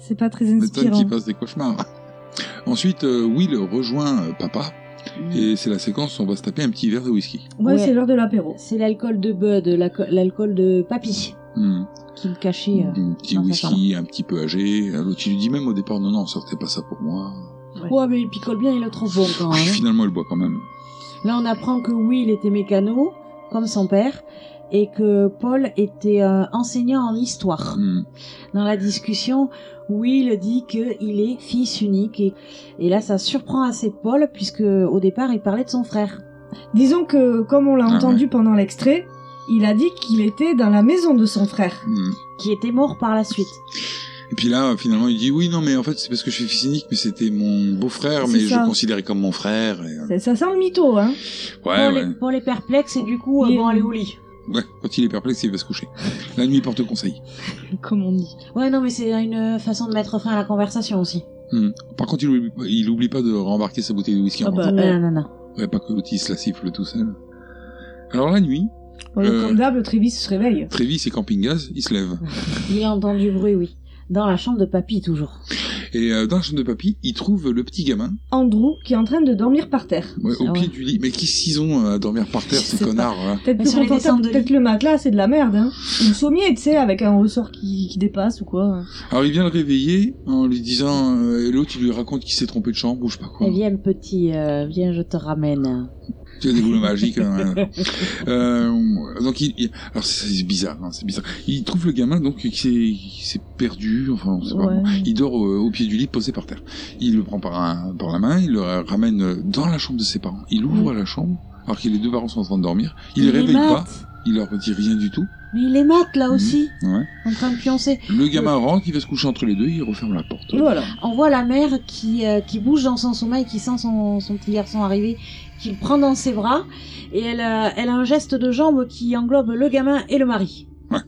S6: C'est pas
S3: (laughs)
S6: très
S3: M'étonne
S6: inspirant.
S3: qu'il fasse des cauchemars. Ensuite, euh, Will rejoint euh, papa,
S8: Hmm.
S3: et c'est la séquence où on va se taper un petit verre de whisky.
S6: Ouais,
S8: Ouais.
S6: c'est l'heure de l'apéro.
S8: C'est l'alcool de Bud, l'alco- l'alcool de Papy,
S3: Hmm.
S8: qui le cachait. euh.
S3: un petit
S8: dans sa
S3: whisky, un petit peu âgé. L'autre, il lui dit même au départ, non, non, sortez pas ça pour moi. Hmm.
S8: Ouais. mais il picole bien, il est trop bon quand
S3: Puis
S8: même.
S3: finalement, il boit quand même.
S8: (laughs) Là, on apprend que Will était mécano, comme son père, et que Paul était euh, enseignant en histoire.
S3: Hmm.
S8: Dans la discussion, Will dit qu'il est fils unique, et, et là, ça surprend assez Paul, puisque au départ, il parlait de son frère.
S6: Disons que, comme on l'a
S3: Ah
S6: entendu pendant l'extrait, il a dit qu'il était dans la maison de son frère.
S3: Hmm.
S8: qui était mort par la suite.
S3: Et puis là, finalement, il dit, oui, non, mais en fait, c'est parce que je suis fils unique, mais c'était mon beau-frère,
S6: C'est
S3: mais je
S6: ça.
S3: le considérais comme mon frère. et, euh,
S6: Ça, ça sent le mytho, hein
S3: Ouais,
S8: Paul,
S3: ouais.
S8: Est, Paul est perplexe et du coup, euh,
S6: Il est-
S8: bon, allez au lit.
S3: Ouais, quand il est perplexe, il va se coucher. (laughs) La nuit porte conseil.
S6: Comme on dit.
S8: Ouais, non, mais c'est une euh, façon de mettre fin à la conversation aussi.
S3: Hmm. Par contre, il oublie, il oublie pas de rembarquer sa bouteille de whisky
S6: Ah
S3: en
S6: bah,
S3: rentrant.
S8: Euh, non, non, non.
S3: Ouais, pas que l'autre, il se la siffle tout seul. Alors la nuit,
S6: Ouais,
S3: Euh.
S6: Comme d'hab, Trévis se réveille.
S3: Trévis et Camping Gaz, ils se lèvent.
S8: Il entend du bruit, oui. Dans la chambre de papy, toujours.
S3: Et euh, dans la chambre de papy, ils trouvent le petit gamin
S6: Andrew, qui est en train de dormir par terre.
S3: ouais, au
S8: Ah ouais.
S3: pied du lit. Mais qu'est-ce qu'ils ont à dormir par terre,
S6: Je
S3: ces
S6: sais pas.
S3: connards hein. là
S6: Peut-être
S8: Mais
S6: plus
S8: sur les
S6: confortable,
S8: descentes de
S6: peut-être le matelas, c'est de la merde, hein Ou le sommier, tu sais, avec un ressort qui, qui dépasse ou quoi. hein.
S3: Alors il vient le réveiller en lui disant... euh, et l'autre, il lui raconte qu'il s'est trompé de chambre ou je sais pas quoi.
S8: Eh, viens, petit, euh, viens, je te ramène.
S3: Tu as des boules magiques.
S8: (laughs)
S3: hein, ouais. Euh, donc il, il- alors c'est c'est bizarre, hein, c'est bizarre. Il trouve le gamin donc qui s'est qui s'est perdu, enfin on sait pas.
S6: Ouais.
S3: Il dort euh, au, au pied du lit posé par terre. Il le prend par, un- par la main, il le ramène euh, dans la chambre de ses parents. Il ouvre la chambre alors que les deux parents sont en train de dormir. Il, les
S8: les
S3: réveille pas,
S8: mate.
S3: il leur dit rien du tout.
S8: Mais il les mate, là aussi,
S3: Ouais.
S8: en train de pioncer.
S3: Le gamin rentre, il va se coucher entre les deux, il referme la porte.
S6: Voilà.
S8: On voit la mère qui, euh, qui bouge dans son sommeil, qui sent son, son petit garçon arriver, qui le prend dans ses bras, et elle, a- elle a un geste de jambe qui englobe le gamin et le mari.
S3: Ouais.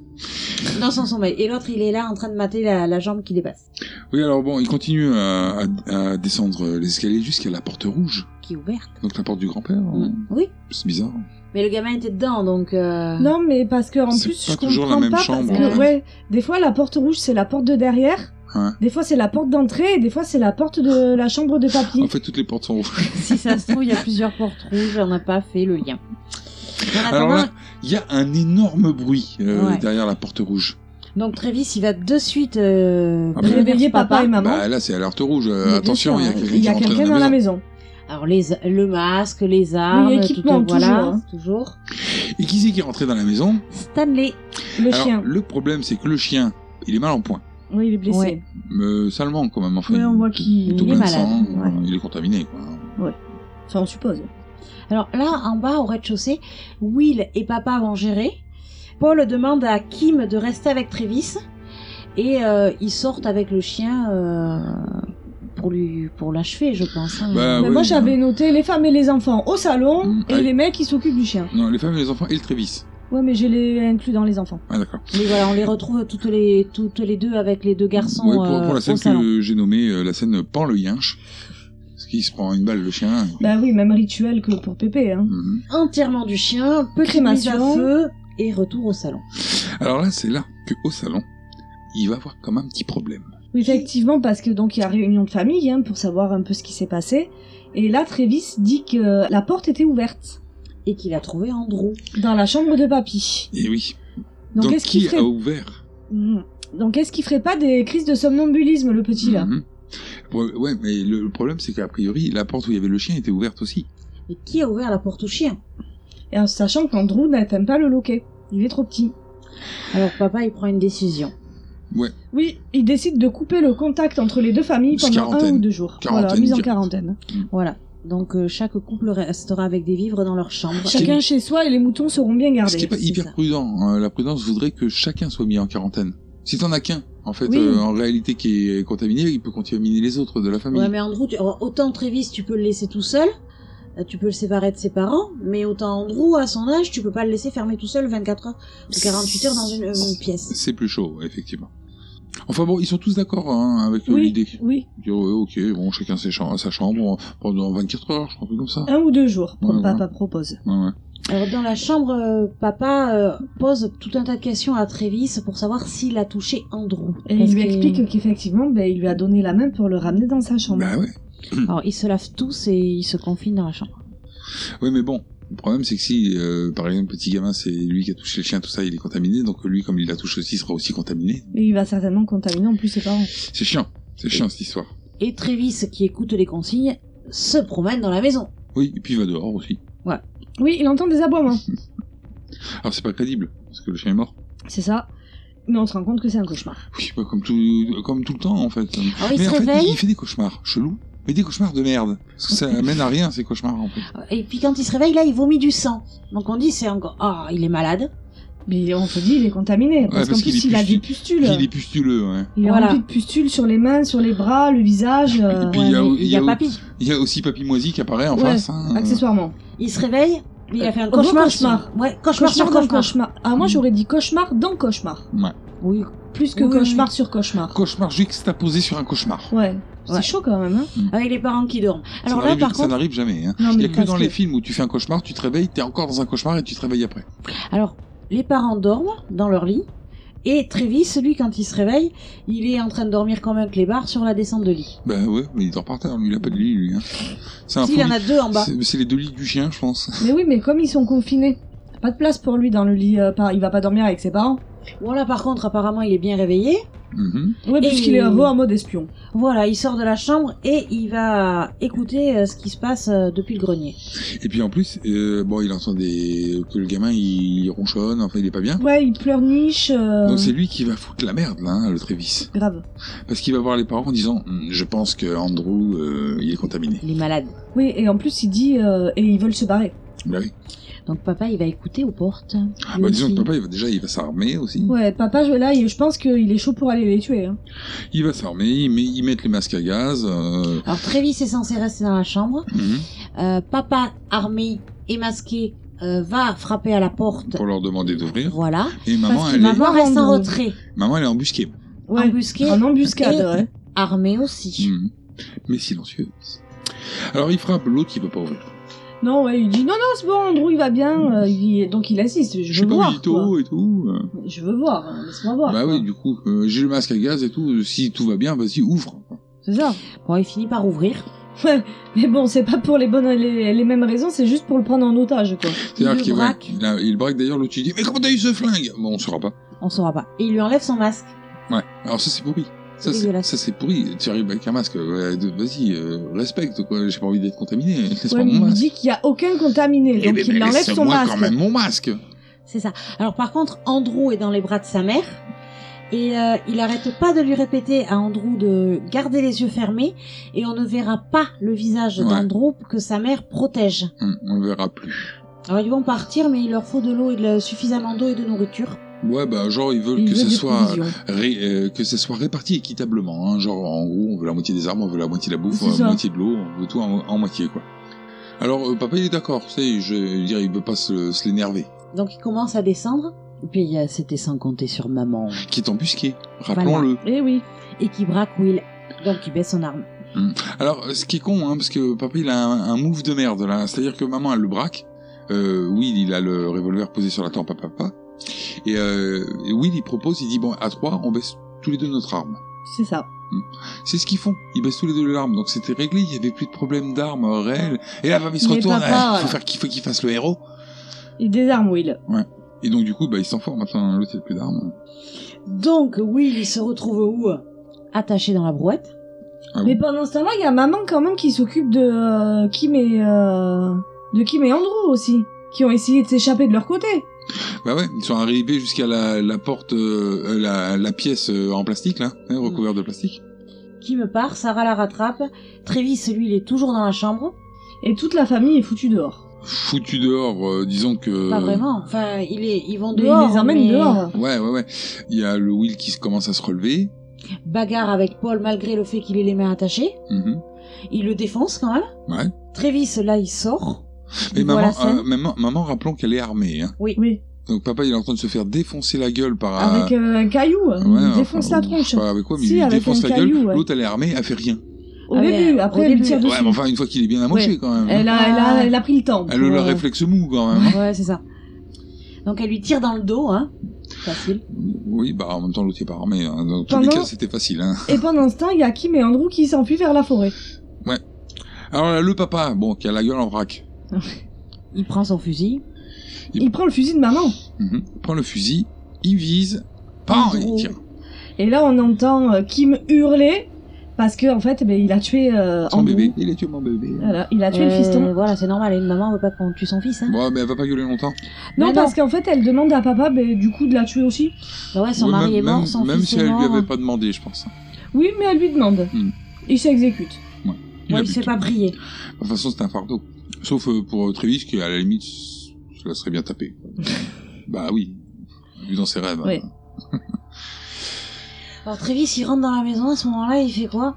S8: Dans son sommeil. Et l'autre, il est là en train de mater la, la jambe qui dépasse,
S3: Oui alors bon, il continue à, à- à descendre les escaliers jusqu'à la porte rouge,
S8: qui est ouverte.
S3: donc la porte du grand-père.
S6: Mm.
S3: hein.
S8: Oui,
S3: C'est bizarre. hein.
S8: mais le gamin était dedans, donc... euh,
S6: Non, mais parce que en
S3: C'est
S6: plus,
S3: pas
S6: je
S3: toujours la
S6: comprends
S3: même
S6: pas
S3: chambre,
S6: parce que
S3: ouais.
S6: ouais. des fois la porte rouge c'est la porte de derrière,
S3: Ouais. Ah.
S6: des fois c'est la porte d'entrée, et des fois c'est la porte de la chambre de papy.
S3: En fait, toutes les portes sont rouges.
S8: (laughs)
S3: (laughs)
S8: Si ça se trouve, il y a plusieurs portes rouges, on n'a pas fait le lien.
S3: Alors
S8: En attendant,
S3: là, il y a un énorme bruit euh,
S8: Ouais.
S3: derrière la porte rouge.
S8: donc Travis, il va de suite euh,
S3: Ah bah,
S8: prévenir
S6: Réveiller
S8: son
S6: papa et maman.
S3: Bah là, c'est alerte rouge. euh,
S8: Mais bien
S3: attention,
S8: sûr,
S3: il y a
S8: hein.
S3: quelqu'un
S6: il
S3: qui
S6: y a
S3: rentre
S6: quelqu'un dans la maison.
S8: Alors les, le masque, les armes,
S6: Oui,
S8: tout
S6: équipement,
S8: voilà,
S6: toujours, hein.
S8: toujours.
S3: Et qui c'est qui est rentré dans la maison
S8: Stanley,
S6: Le
S3: Alors,
S6: chien,
S3: Le problème, c'est que le chien, il est mal en point.
S6: oui, il est blessé.
S8: Ouais.
S3: Euh, salement, quand même. Enfin,
S6: Ouais, on voit qu'il-
S3: tout
S8: il
S3: plein
S8: est
S3: de
S8: malade,
S3: sang,
S6: ouais. Mm.
S3: euh, Il est contaminé, quoi.
S6: Enfin, on suppose.
S8: Alors là, en bas, au rez-de-chaussée, Will et papa vont gérer. Paul demande à Kim de rester avec Travis. Et euh, ils sortent avec le chien euh, pour lui pour l'achever, je pense. hein.
S3: Bah, Ah
S6: Mais
S3: oui,
S6: moi
S3: oui.
S6: j'avais noté les femmes et les enfants au salon
S3: Mm,
S6: et
S3: allez.
S6: les mecs qui s'occupent du chien.
S3: Non, les femmes et les enfants et le Trévis.
S6: Ouais, mais je les inclus dans les enfants.
S3: Ah, d'accord.
S8: Mais voilà, on les retrouve toutes les toutes les deux avec les deux garçons
S3: Ouais, pour,
S8: euh,
S3: pour la
S8: au
S3: scène
S8: salon.
S3: que j'ai nommée euh, la scène Pan le Yinche. Parce qu'il se prend une balle, le chien.
S6: Bah oui, même rituel que pour Pépé. Hein.
S3: Mhm.
S8: Enterrement du chien, petite mise à
S6: Crémation.
S8: feu et retour au salon.
S3: Alors là, c'est là que au salon, il va avoir comme un petit problème.
S6: Oui, effectivement, parce que donc il y a réunion de famille hein, pour savoir un peu ce qui s'est passé. Et là, Trévis dit que la porte était ouverte
S8: Et qu'il a trouvé Andrew.
S6: dans la chambre de papy.
S3: Et oui.
S6: Donc, est-ce
S3: qui euh,
S6: qu'il serait...
S3: a ouvert
S6: Mhm. Donc est-ce qu'il ferait pas des crises de somnambulisme, le petit là
S3: Mhm. Pro- Ouais, mais le, le problème, c'est qu'a priori, la porte où il y avait le chien était ouverte aussi.
S8: Mais qui a ouvert la porte au chien
S6: Et en sachant qu'Andrew n'atteint pas le loquet, il est trop petit.
S8: Alors papa, il prend une décision.
S6: Oui, il décide de couper le contact entre les deux familles
S3: C'est
S6: pendant un
S3: quarantaine.
S6: ou deux jours. voilà,
S3: Quarantaine
S6: mise en
S3: directe.
S6: quarantaine.
S8: Voilà. Donc euh, chaque couple restera avec des vivres dans leur chambre.
S6: Chacun chez soi et les moutons seront bien
S3: Ce
S6: gardés.
S3: qui est pas
S8: Ah, c'est
S3: hyper
S8: ça.
S3: prudent. Euh, la prudence voudrait que chacun soit mis en quarantaine. Si t'en as qu'un, en fait,
S6: Oui.
S3: euh, en réalité, qui est contaminé, il peut contaminer les autres de la famille.
S8: Ouais, mais Andrew, tu- alors, autant Travis, tu peux le laisser tout seul, euh, tu peux le séparer de ses parents, mais autant Andrew, à son âge, tu peux pas le laisser fermer tout seul 24 heures ou 48 heures dans une, une pièce.
S3: C'est plus chaud, ouais, effectivement. Enfin bon, ils sont tous d'accord hein, avec euh,
S6: Oui.
S3: l'idée.
S6: Oui,
S3: Ils disent, ouais, ok, bon, chacun ses cham- sa chambre on- pendant 24 heures, je crois, un truc comme ça.
S6: un ou deux jours,
S3: Ouais,
S6: comme
S3: ouais.
S6: papa propose.
S3: Ouais, ouais.
S8: Alors, dans la chambre, euh, papa euh, pose tout un tas de questions à Travis pour savoir s'il a touché Andrew.
S6: Et
S8: Parce
S6: il lui
S8: que-
S6: explique qu'effectivement, ben, il lui a donné la main pour le ramener dans sa chambre.
S3: Bah ouais.
S8: Alors, ils se lavent tous et ils se confinent dans la chambre.
S3: Ouais, mais bon. Le problème, c'est que si, euh, par exemple, le petit gamin, c'est lui qui a touché le chien, tout ça, il est contaminé. Donc lui, comme il la touche aussi, il sera aussi contaminé.
S6: Et il va certainement contaminer en plus ses parents.
S3: C'est chiant. C'est chiant, cette histoire.
S8: Et Travis, qui écoute les consignes, se promène dans la maison.
S3: Oui, et puis il va dehors aussi.
S6: Oui, il entend des aboiements,
S3: Alors c'est pas crédible, parce que le chien est mort.
S6: c'est ça. Mais on se rend compte que c'est un cauchemar.
S3: Oui, bah, comme, tout, comme tout le temps, en fait.
S8: Alors, il
S3: mais
S8: se
S3: en fait,
S8: réveille.
S3: il- il fait des cauchemars, chelou. Mais des cauchemars de merde. Parce que ça amène à rien, ces cauchemars, en fait.
S8: Et puis quand il se réveille, là, il vomit du sang. Donc on dit, c'est encore... Ah, il est malade.
S6: Mais on se dit, il est contaminé. Parce
S3: parce
S6: qu'en plus,
S3: qu'il est
S6: il a des
S3: pustu-
S6: pustules.
S3: Puis il est pustuleux, ouais.
S6: Il est
S8: Voilà.
S6: rempli de pustules sur les mains, sur les bras, le visage. euh,
S3: Et puis
S8: Ouais,
S3: il, y a,
S8: mais
S3: il, y a,
S8: papy.
S3: il y a aussi Papy Moisi qui apparaît en
S6: Ouais,
S3: face. hein.
S8: Ah,
S6: Accessoirement.
S8: Il se réveille, mais il a fait un
S6: gros
S8: cauchemar.
S6: cauchemar.
S8: sur- Ouais, cauchemar, sur
S6: dans
S8: cauchemar.
S6: cauchemar. Ah, moi, j'aurais dit cauchemar dans cauchemar.
S3: Ouais.
S8: Oui.
S6: Plus que
S8: Oui,
S6: cauchemar sur cauchemar.
S3: Cauchemar juxtaposé sur un cauchemar.
S6: Ouais.
S8: Ouais.
S6: C'est chaud quand même, hein.
S8: Avec les parents qui dorment.
S3: Ça
S8: Alors là,
S3: n'arrive-
S8: par
S3: ça
S8: contre...
S3: n'arrive jamais. Hein.
S6: Non,
S3: Il
S6: mais
S3: y a que dans
S6: parce
S3: les
S6: que-
S3: films où tu fais un cauchemar, tu te réveilles, t'es encore dans un cauchemar et tu te réveilles après.
S8: Alors, les parents dorment dans leur lit. Et Travis, lui, quand il se réveille, il est en train de dormir comme un clébard sur la descente de lit.
S3: Bah ouais, mais il dort par terre, lui, il a pas de lit, lui. Hein. C'est un
S8: S'il y en
S3: faux
S8: a deux en
S3: lit.
S8: bas.
S3: C'est- C'est les deux lits du chien, je (laughs) pense.
S6: Mais oui, mais comme ils sont confinés, pas de place pour lui dans le lit. euh, par- Il va pas dormir avec ses parents.
S8: Voilà, par contre, apparemment, il est bien réveillé.
S3: Mhm.
S6: Ouais,
S8: Et-
S6: puisqu'il est un peu en mode espion.
S8: Voilà, il sort de la chambre et il va écouter euh, ce qui se passe euh, depuis le grenier.
S3: Et puis en plus, euh, bon, il entend des... que le gamin il ronchonne, enfin il est pas bien.
S6: Ouais, il pleurniche. euh,
S3: Donc c'est lui qui va foutre la merde là, hein, le Trévis.
S6: Grave.
S3: Parce qu'il va voir les parents en disant Hum, Je pense que Andrew euh, il est contaminé.
S8: Il est malade.
S6: Oui, et en plus, il dit. euh, Et ils veulent se barrer.
S3: Bah oui.
S8: Donc papa, il va écouter aux portes.
S3: Ah,
S8: Lui
S3: bah, disons
S8: aussi.
S3: que papa il va, déjà il va s'armer aussi.
S6: Ouais, papa, je- là, il- je pense qu'il est chaud pour aller les tuer. hein.
S3: Il va s'armer, il met, ils mettent les masques à gaz. euh,
S8: Alors Travis est censé rester dans la chambre.
S3: mhm,
S8: Euh, papa, armé et masqué, euh, va frapper à la porte.
S3: pour leur demander d'ouvrir.
S8: Voilà.
S3: Et maman
S8: Parce que
S3: elle, est...
S8: maman reste en
S6: Maman,
S8: retrait,
S3: maman elle est embusquée.
S6: Ouais. Ah
S8: embusquée,
S6: En embuscade,
S8: Et-
S6: ouais.
S8: armée aussi.
S3: Mhm. Mais silencieuse. Alors il frappe, l'autre il va pas ouvrir.
S6: Non, ouais, il dit non, non, c'est bon, Andrew, il va bien. euh, il- Donc il assiste. Je,
S3: Je sais
S6: veux
S3: pas
S6: voir.
S3: où il est haut et tout. euh.
S6: quoi. Je veux voir, hein, laisse-moi voir.
S3: bah
S6: quoi.
S3: oui, du coup, euh, j'ai le masque à gaz et tout. Si tout va bien, vas-y, ouvre.
S6: C'est ça.
S8: Bon, il finit par ouvrir.
S6: Ouais, mais bon, c'est pas pour les bonnes, les, les mêmes raisons, c'est juste pour le prendre en otage, quoi.
S8: Il
S3: C'est-à-dire
S8: le
S3: qu'il ouais,
S8: braque.
S3: il, a- il braque d'ailleurs l'autre, il dit Mais comment t'as eu ce flingue Bon, on saura pas.
S8: On saura pas. Et il lui enlève son masque.
S3: Ouais, alors ça c'est pourri. Ça
S8: C'est
S3: c'est
S8: dégueulasse.
S3: ça, c'est pourri. Tu arrives avec un masque, ouais, de- vas-y, euh, respecte quoi, j'ai pas envie d'être contaminé, (laughs) laisse
S6: Ouais,
S3: moi
S6: mais
S3: mon
S6: il
S3: masque.
S6: dit qu'il y a aucun contaminé,
S3: Eh
S6: donc
S3: ben,
S6: il
S3: ben,
S6: enlève son
S3: laisse-moi
S6: masque.
S3: quand même mon masque.
S8: C'est ça. Alors par contre, Andrew est dans les bras de sa mère. Et euh, il arrête pas de lui répéter à Andrew de garder les yeux fermés et on ne verra pas le visage
S3: Ouais.
S8: d'Andrew que sa mère protège.
S3: Hum, on le verra plus.
S8: Alors ils vont partir mais il leur faut de l'eau et de la- suffisamment d'eau et de nourriture.
S3: Ouais, bah genre ils veulent
S6: Il
S3: que
S6: veut
S3: ça
S6: des
S3: soit
S6: provisions.
S3: ré- euh, que ça soit réparti équitablement. hein. Genre en gros, on veut la moitié des armes, on veut la moitié de la bouffe,
S6: C'est
S3: la
S6: ça.
S3: moitié de l'eau, on veut tout en, en moitié quoi. Alors euh, papa il est d'accord, tu sais, je veux dire il veut pas se, se l'énerver,
S8: Donc il commence à descendre. Et puis euh, c'était sans compter sur maman.
S3: qui est embusqué, rappelons-le.
S6: Eh oui.
S8: Et qui braque Will. Donc il baisse son arme.
S3: Alors, ce qui est con, hein, parce que papa, il a un, un move de merde, là. C'est-à-dire que maman, elle le braque. Euh, Will, il a le revolver posé sur la tempe à papa. Et euh, Will, il propose, il dit, bon, à trois, on baisse tous les deux notre arme.
S6: C'est ça.
S3: C'est ce qu'ils font. Ils baissent tous les deux leur arme. Donc, c'était réglé. Il y avait plus de problème d'armes euh, réelles. Et là, papa, il se
S6: Mais
S3: retourne.
S6: papa,
S3: eh, il faut
S6: voilà.
S3: faire qu'il faut qu'il fasse le héros.
S6: Il désarme Will.
S3: Et donc, du coup, bah, il s'en fort maintenant. L'autre, il a plus d'armes.
S8: Donc, Will, il se retrouve où Attaché dans la brouette.
S6: Mais pendant ce temps-là, il y a maman quand même qui s'occupe de euh, Kim et euh, de Kim et Andrew aussi, qui ont essayé de s'échapper de leur côté.
S3: Bah ouais, ils sont arrivés jusqu'à la, la porte, euh, la, la pièce euh, en plastique, là,
S8: Mm.
S3: hein, recouverte de plastique.
S8: Qui me part, Sarah la rattrape. Trévis, lui, il est toujours dans la chambre.
S6: Et toute la famille est foutue dehors.
S3: Foutu dehors, euh, disons que...
S8: Pas vraiment. Enfin, il est, ils vont
S6: Mais
S8: dehors.
S6: ils les emmènent
S8: mais-
S6: dehors.
S3: Ouais, ouais, ouais. Il y a le Will qui se- commence à se relever.
S8: Bagarre avec Paul malgré le fait qu'il ait les mains attachées.
S3: Mhm.
S8: Il le défonce quand même.
S3: Ouais.
S8: Trévis, là, il sort.
S3: Mais
S8: Il voit
S3: maman,
S8: la scène.
S3: euh, maman, maman, rappelons qu'elle est armée. Hein.
S8: Oui.
S6: Oui.
S3: Donc papa, il est en train de se faire défoncer la gueule par... euh,
S6: Avec euh, un caillou, hein,
S3: ouais,
S6: il défonce
S3: enfin,
S6: la
S3: je sais
S6: tronche.
S3: pas avec quoi, mais
S6: Si,
S3: il
S6: avec
S3: défonce
S6: un
S3: la gueule.
S6: caillou, ouais.
S3: L'autre, elle est armée, elle fait rien.
S6: Au
S8: Ah,
S6: début,
S8: mais
S6: après
S8: au
S6: elle
S8: début. Ah.
S6: tire dessus.
S3: Ouais, mais enfin, une fois qu'il est bien amoché, quand même.
S6: elle, a, elle, a, elle a pris le temps.
S3: Elle a le
S6: pour, euh,
S3: réflexe mou, quand même.
S8: Ouais, c'est ça. Donc elle lui tire dans le dos, hein. Facile.
S3: Oui, bah en même temps, l'autre n'est pas armé. hein. Dans tous les
S6: Pendant-
S3: cas, c'était facile. Hein.
S6: Et pendant ce temps, il y a Kim et Andrew qui s'enfuient vers la forêt.
S3: Alors là, le papa, bon, qui a la gueule en vrac,
S8: Il prend son fusil.
S3: Il-
S6: Il prend le fusil de maman.
S3: Mhm. prend le fusil, il vise, pan, et il
S6: Andrew.
S3: tire.
S6: Et là, on entend euh, Kim hurler parce que en fait, ben, il a tué euh,
S3: Son
S6: Andrew.
S3: bébé, il a tué mon bébé.
S6: Voilà, il a tué le
S8: Euh,
S6: fiston.
S8: Voilà, c'est normal. Une maman veut pas qu'on tue son fils, hein.
S3: Bon, mais elle va pas gueuler longtemps.
S6: Non,
S8: Mais
S6: parce qu'en fait, elle demande à papa, ben, du coup, de la tuer aussi.
S8: Bah ouais, son
S3: Ouais,
S8: mari
S3: même,
S8: est mort,
S3: même-
S8: son
S3: même
S8: fils
S3: si
S8: est
S3: elle
S8: mort.
S3: lui avait pas demandé, je pense.
S6: Oui, mais elle lui demande.
S3: Hmm.
S6: Il s'exécute.
S3: Il
S8: Ouais,
S3: a
S8: il
S3: bu
S8: s'est
S3: tout.
S8: pas briller.
S3: De toute façon, c'est un fardeau. Sauf euh, pour euh, Travis, qui à la limite se laisserait
S6: (laughs)
S3: bien taper. bah oui, vu dans ses rêves.
S6: Ouais.
S3: hein.
S8: Alors Trévis, il rentre dans la maison, à ce moment-là, il fait quoi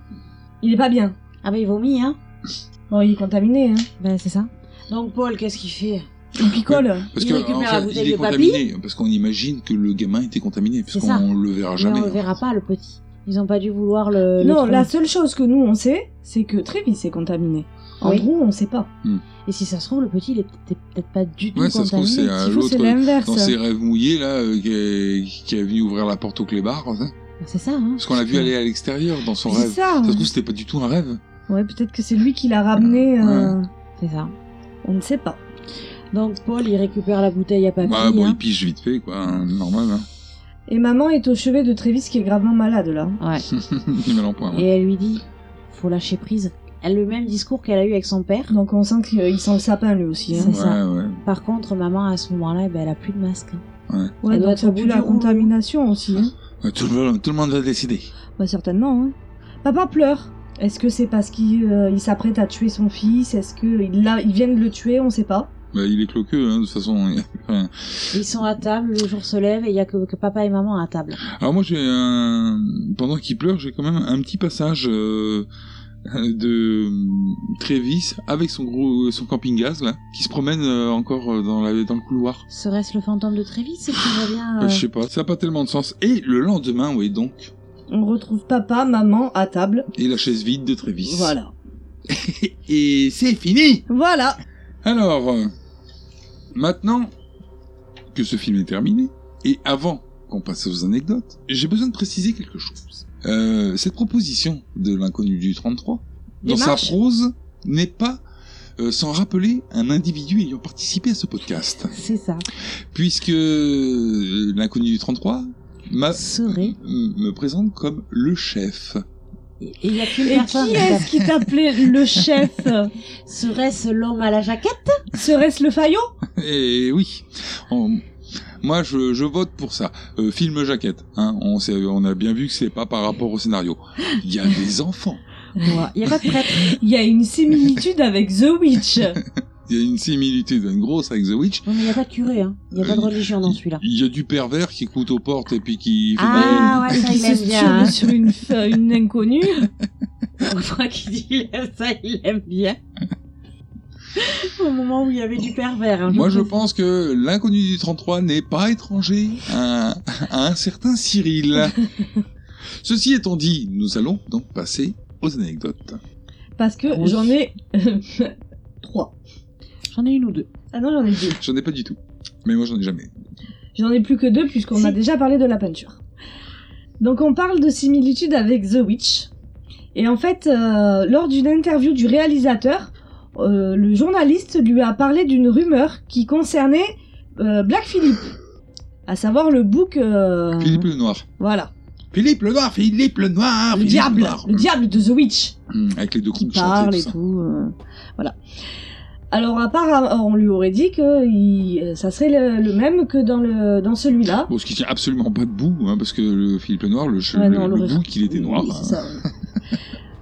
S6: Il est pas bien.
S8: Ah bah il vomit, hein.
S6: Bon, il est contaminé, hein.
S8: Bah c'est ça. Donc Paul, qu'est-ce qu'il fait
S6: Il picole.
S3: Parce
S8: Il
S3: que,
S8: récupère
S3: en
S8: la
S3: fait,
S8: bouteille
S3: il est
S8: de papy.
S3: contaminé, parce qu'on imagine que le gamin était contaminé,
S8: ça.
S3: puisqu'on le verra jamais.
S8: Mais on le verra pas, le petit. Ils ont pas dû vouloir Euh, le... le
S6: non,
S8: trouver.
S6: la seule chose que nous, on sait, c'est que Trévis est contaminé.
S8: Oui.
S6: Andrew, on sait pas.
S8: Et si ça se trouve, le petit, il est peut-être peut-être pas du tout
S3: Ouais, ça se trouve,
S8: contaminé.
S3: c'est
S6: Ce
S3: euh,
S6: qu'il faut, c'est
S3: l'autre
S6: l'inverse.
S3: dans ses rêves mouillés là euh, qui, est, qui est venu ouvrir la porte au clébard hein.
S8: Bah, c'est ça, hein.
S3: parce qu'on l'a vu aller à l'extérieur dans son
S6: C'est
S3: rêve
S6: ça. hein.
S3: ça se trouve c'était pas du tout un rêve
S6: Ouais, peut-être que c'est lui qui l'a ramené. euh,
S8: C'est ça.
S6: On ne sait pas.
S8: Donc Paul, il récupère la bouteille à papy.
S3: bah bon
S8: hein.
S3: il pige vite fait quoi hein, normal hein. (laughs)
S6: Et maman est au chevet de Trévis qui est gravement malade là.
S8: Ouais.
S3: il est mal en point ouais.
S8: Et elle lui dit, faut lâcher prise. Elle le même discours qu'elle a eu avec son père.
S6: Donc on sent qu'il sent le sapin lui aussi. hein.
S8: C'est ça.
S3: ouais, ouais.
S8: Par contre, maman à ce moment-là, eh ben, elle a plus de masque. hein.
S6: Ouais,
S8: Elle doit
S6: donc
S8: être
S6: ça
S8: au
S6: pue
S8: bout du
S6: la
S8: rouleau.
S6: contamination aussi. hein.
S3: Ouais, Bah, tout, le monde, tout le monde va décider
S6: Bah certainement. Hein. Papa pleure. Est-ce que c'est parce qu'il euh, il s'apprête à tuer son fils Est-ce qu'il il vient de le tuer On sait pas.
S3: bah, il est cloqueux hein, de toute façon Enfin,
S8: Ils sont à table, le jour se lève et il y a que, que papa et maman à table.
S3: alors moi j'ai un pendant qu'il pleure j'ai quand même un petit passage euh, (laughs) de Trévis avec son gros son camping-gaz là qui se promène euh, encore euh, dans, la, dans le couloir
S8: Serait-ce le fantôme de Trévis qui revient
S3: Bah,
S8: euh,
S3: je sais pas ça n'a pas tellement de sens et le lendemain oui donc
S6: On retrouve papa, maman à table.
S3: Et la chaise vide de Trévis.
S6: Voilà.
S3: (laughs) Et c'est fini
S6: Voilà.
S3: Alors, euh, maintenant que ce film est terminé, et avant qu'on passe aux anecdotes, j'ai besoin de préciser quelque chose. Euh, cette proposition de l'inconnu du 33, dans sa
S6: Démarche.
S3: prose, n'est pas euh, sans rappeler un individu ayant participé à ce podcast.
S8: C'est ça.
S3: Puisque euh, l'inconnu du 33 m'a-
S8: Serait.
S3: m- me présente comme le chef.
S8: Et il y a qu'une
S6: Et
S8: personne.
S6: qui est-ce qui t'appelait le chef
S8: Serait-ce l'homme à la jaquette
S6: Serait-ce le faillot
S3: Et Eh oui, On- moi je, je vote pour ça. Euh, film jaquette, hein. on, sait- on a bien vu que c'est pas par rapport au scénario. Il y a
S8: (laughs)
S3: des enfants,
S8: Il y a pas de prêtre.
S6: Il y a une similitude avec The Witch.
S3: il y a une similitude, une grosse avec The Witch.
S8: Non, mais il y a pas de curé. Hein. Il y a pas de religion dans celui-là.
S3: Il y a du pervers qui coûte aux portes et puis qui fait
S8: Ah ouais, ça
S6: qui
S8: il
S6: se
S8: aime bien.
S6: tue sur une, f- une inconnue.
S8: On voit qu'il dit il aime ça, il aime bien. (laughs) Au moment où il y avait du pervers. hein,
S3: Moi je
S8: précise.
S3: pense que l'inconnu du 33 n'est pas étranger à, à un certain
S8: (laughs)
S3: Cyril. Ceci étant dit, nous allons donc passer aux anecdotes.
S6: Parce que
S8: Oui.
S6: j'en ai euh, (laughs) trois.
S8: J'en ai une ou deux.
S6: Ah non, j'en ai deux.
S3: J'en ai pas du tout, mais moi j'en ai jamais.
S6: J'en ai plus que deux puisqu'on
S8: Si.
S6: a déjà parlé de la peinture. Donc on parle de similitude avec The Witch. Et en fait, euh, lors d'une interview du réalisateur, euh, le journaliste lui a parlé d'une rumeur qui concernait euh, Black Phillip. à savoir le bouc.
S8: Mhm.
S6: euh,
S3: Philippe le Noir.
S6: Voilà.
S3: Philippe le Noir, Philippe le Noir,
S6: le
S3: Philippe
S6: diable,
S3: Noir.
S6: le diable de The Witch.
S3: Hum, avec les deux
S6: qui
S3: coups de
S6: parle et
S3: ça.
S6: tout. euh, voilà. Alors, à part, on lui aurait dit que il- euh, ça serait le, le même que dans, le, dans celui-là.
S3: Bon, ce qui tient absolument pas debout, hein, parce que le Philippe le Noir, le, che-
S6: Ouais,
S3: le,
S6: Ah non,
S3: le
S6: le ré-
S3: bouc, il était noir.
S6: Oui, c'est
S3: hein.
S6: ça. (laughs)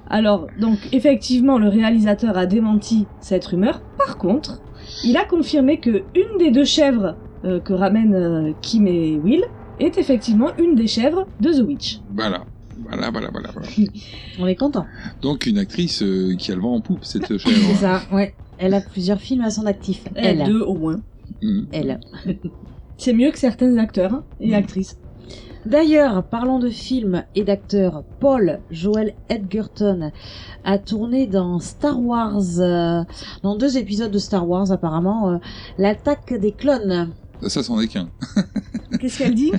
S6: Alors, donc, effectivement, le réalisateur a démenti cette rumeur. Par contre, il a confirmé que une des deux chèvres euh, que ramènent euh, Kim et Will est effectivement une des chèvres de The Witch.
S3: Voilà. Voilà, voilà, voilà, voilà.
S8: On est content.
S3: Donc une actrice euh, qui a le vent en poupe, cette (laughs)
S8: C'est
S3: chèvre.
S8: ça, ouais. Elle a plusieurs films à son actif.
S6: Elle.
S8: Elle.
S6: Deux au moins.
S3: Hum.
S8: Elle.
S6: C'est mieux que certains acteurs et actrices.
S8: D'ailleurs, parlons de films et d'acteurs. Paul Joel Edgerton a tourné dans Star Wars, euh, dans deux épisodes de Star Wars apparemment, euh, l'attaque des clones.
S3: Ça, c'en est qu'un.
S6: Qu'est-ce qu'elle dit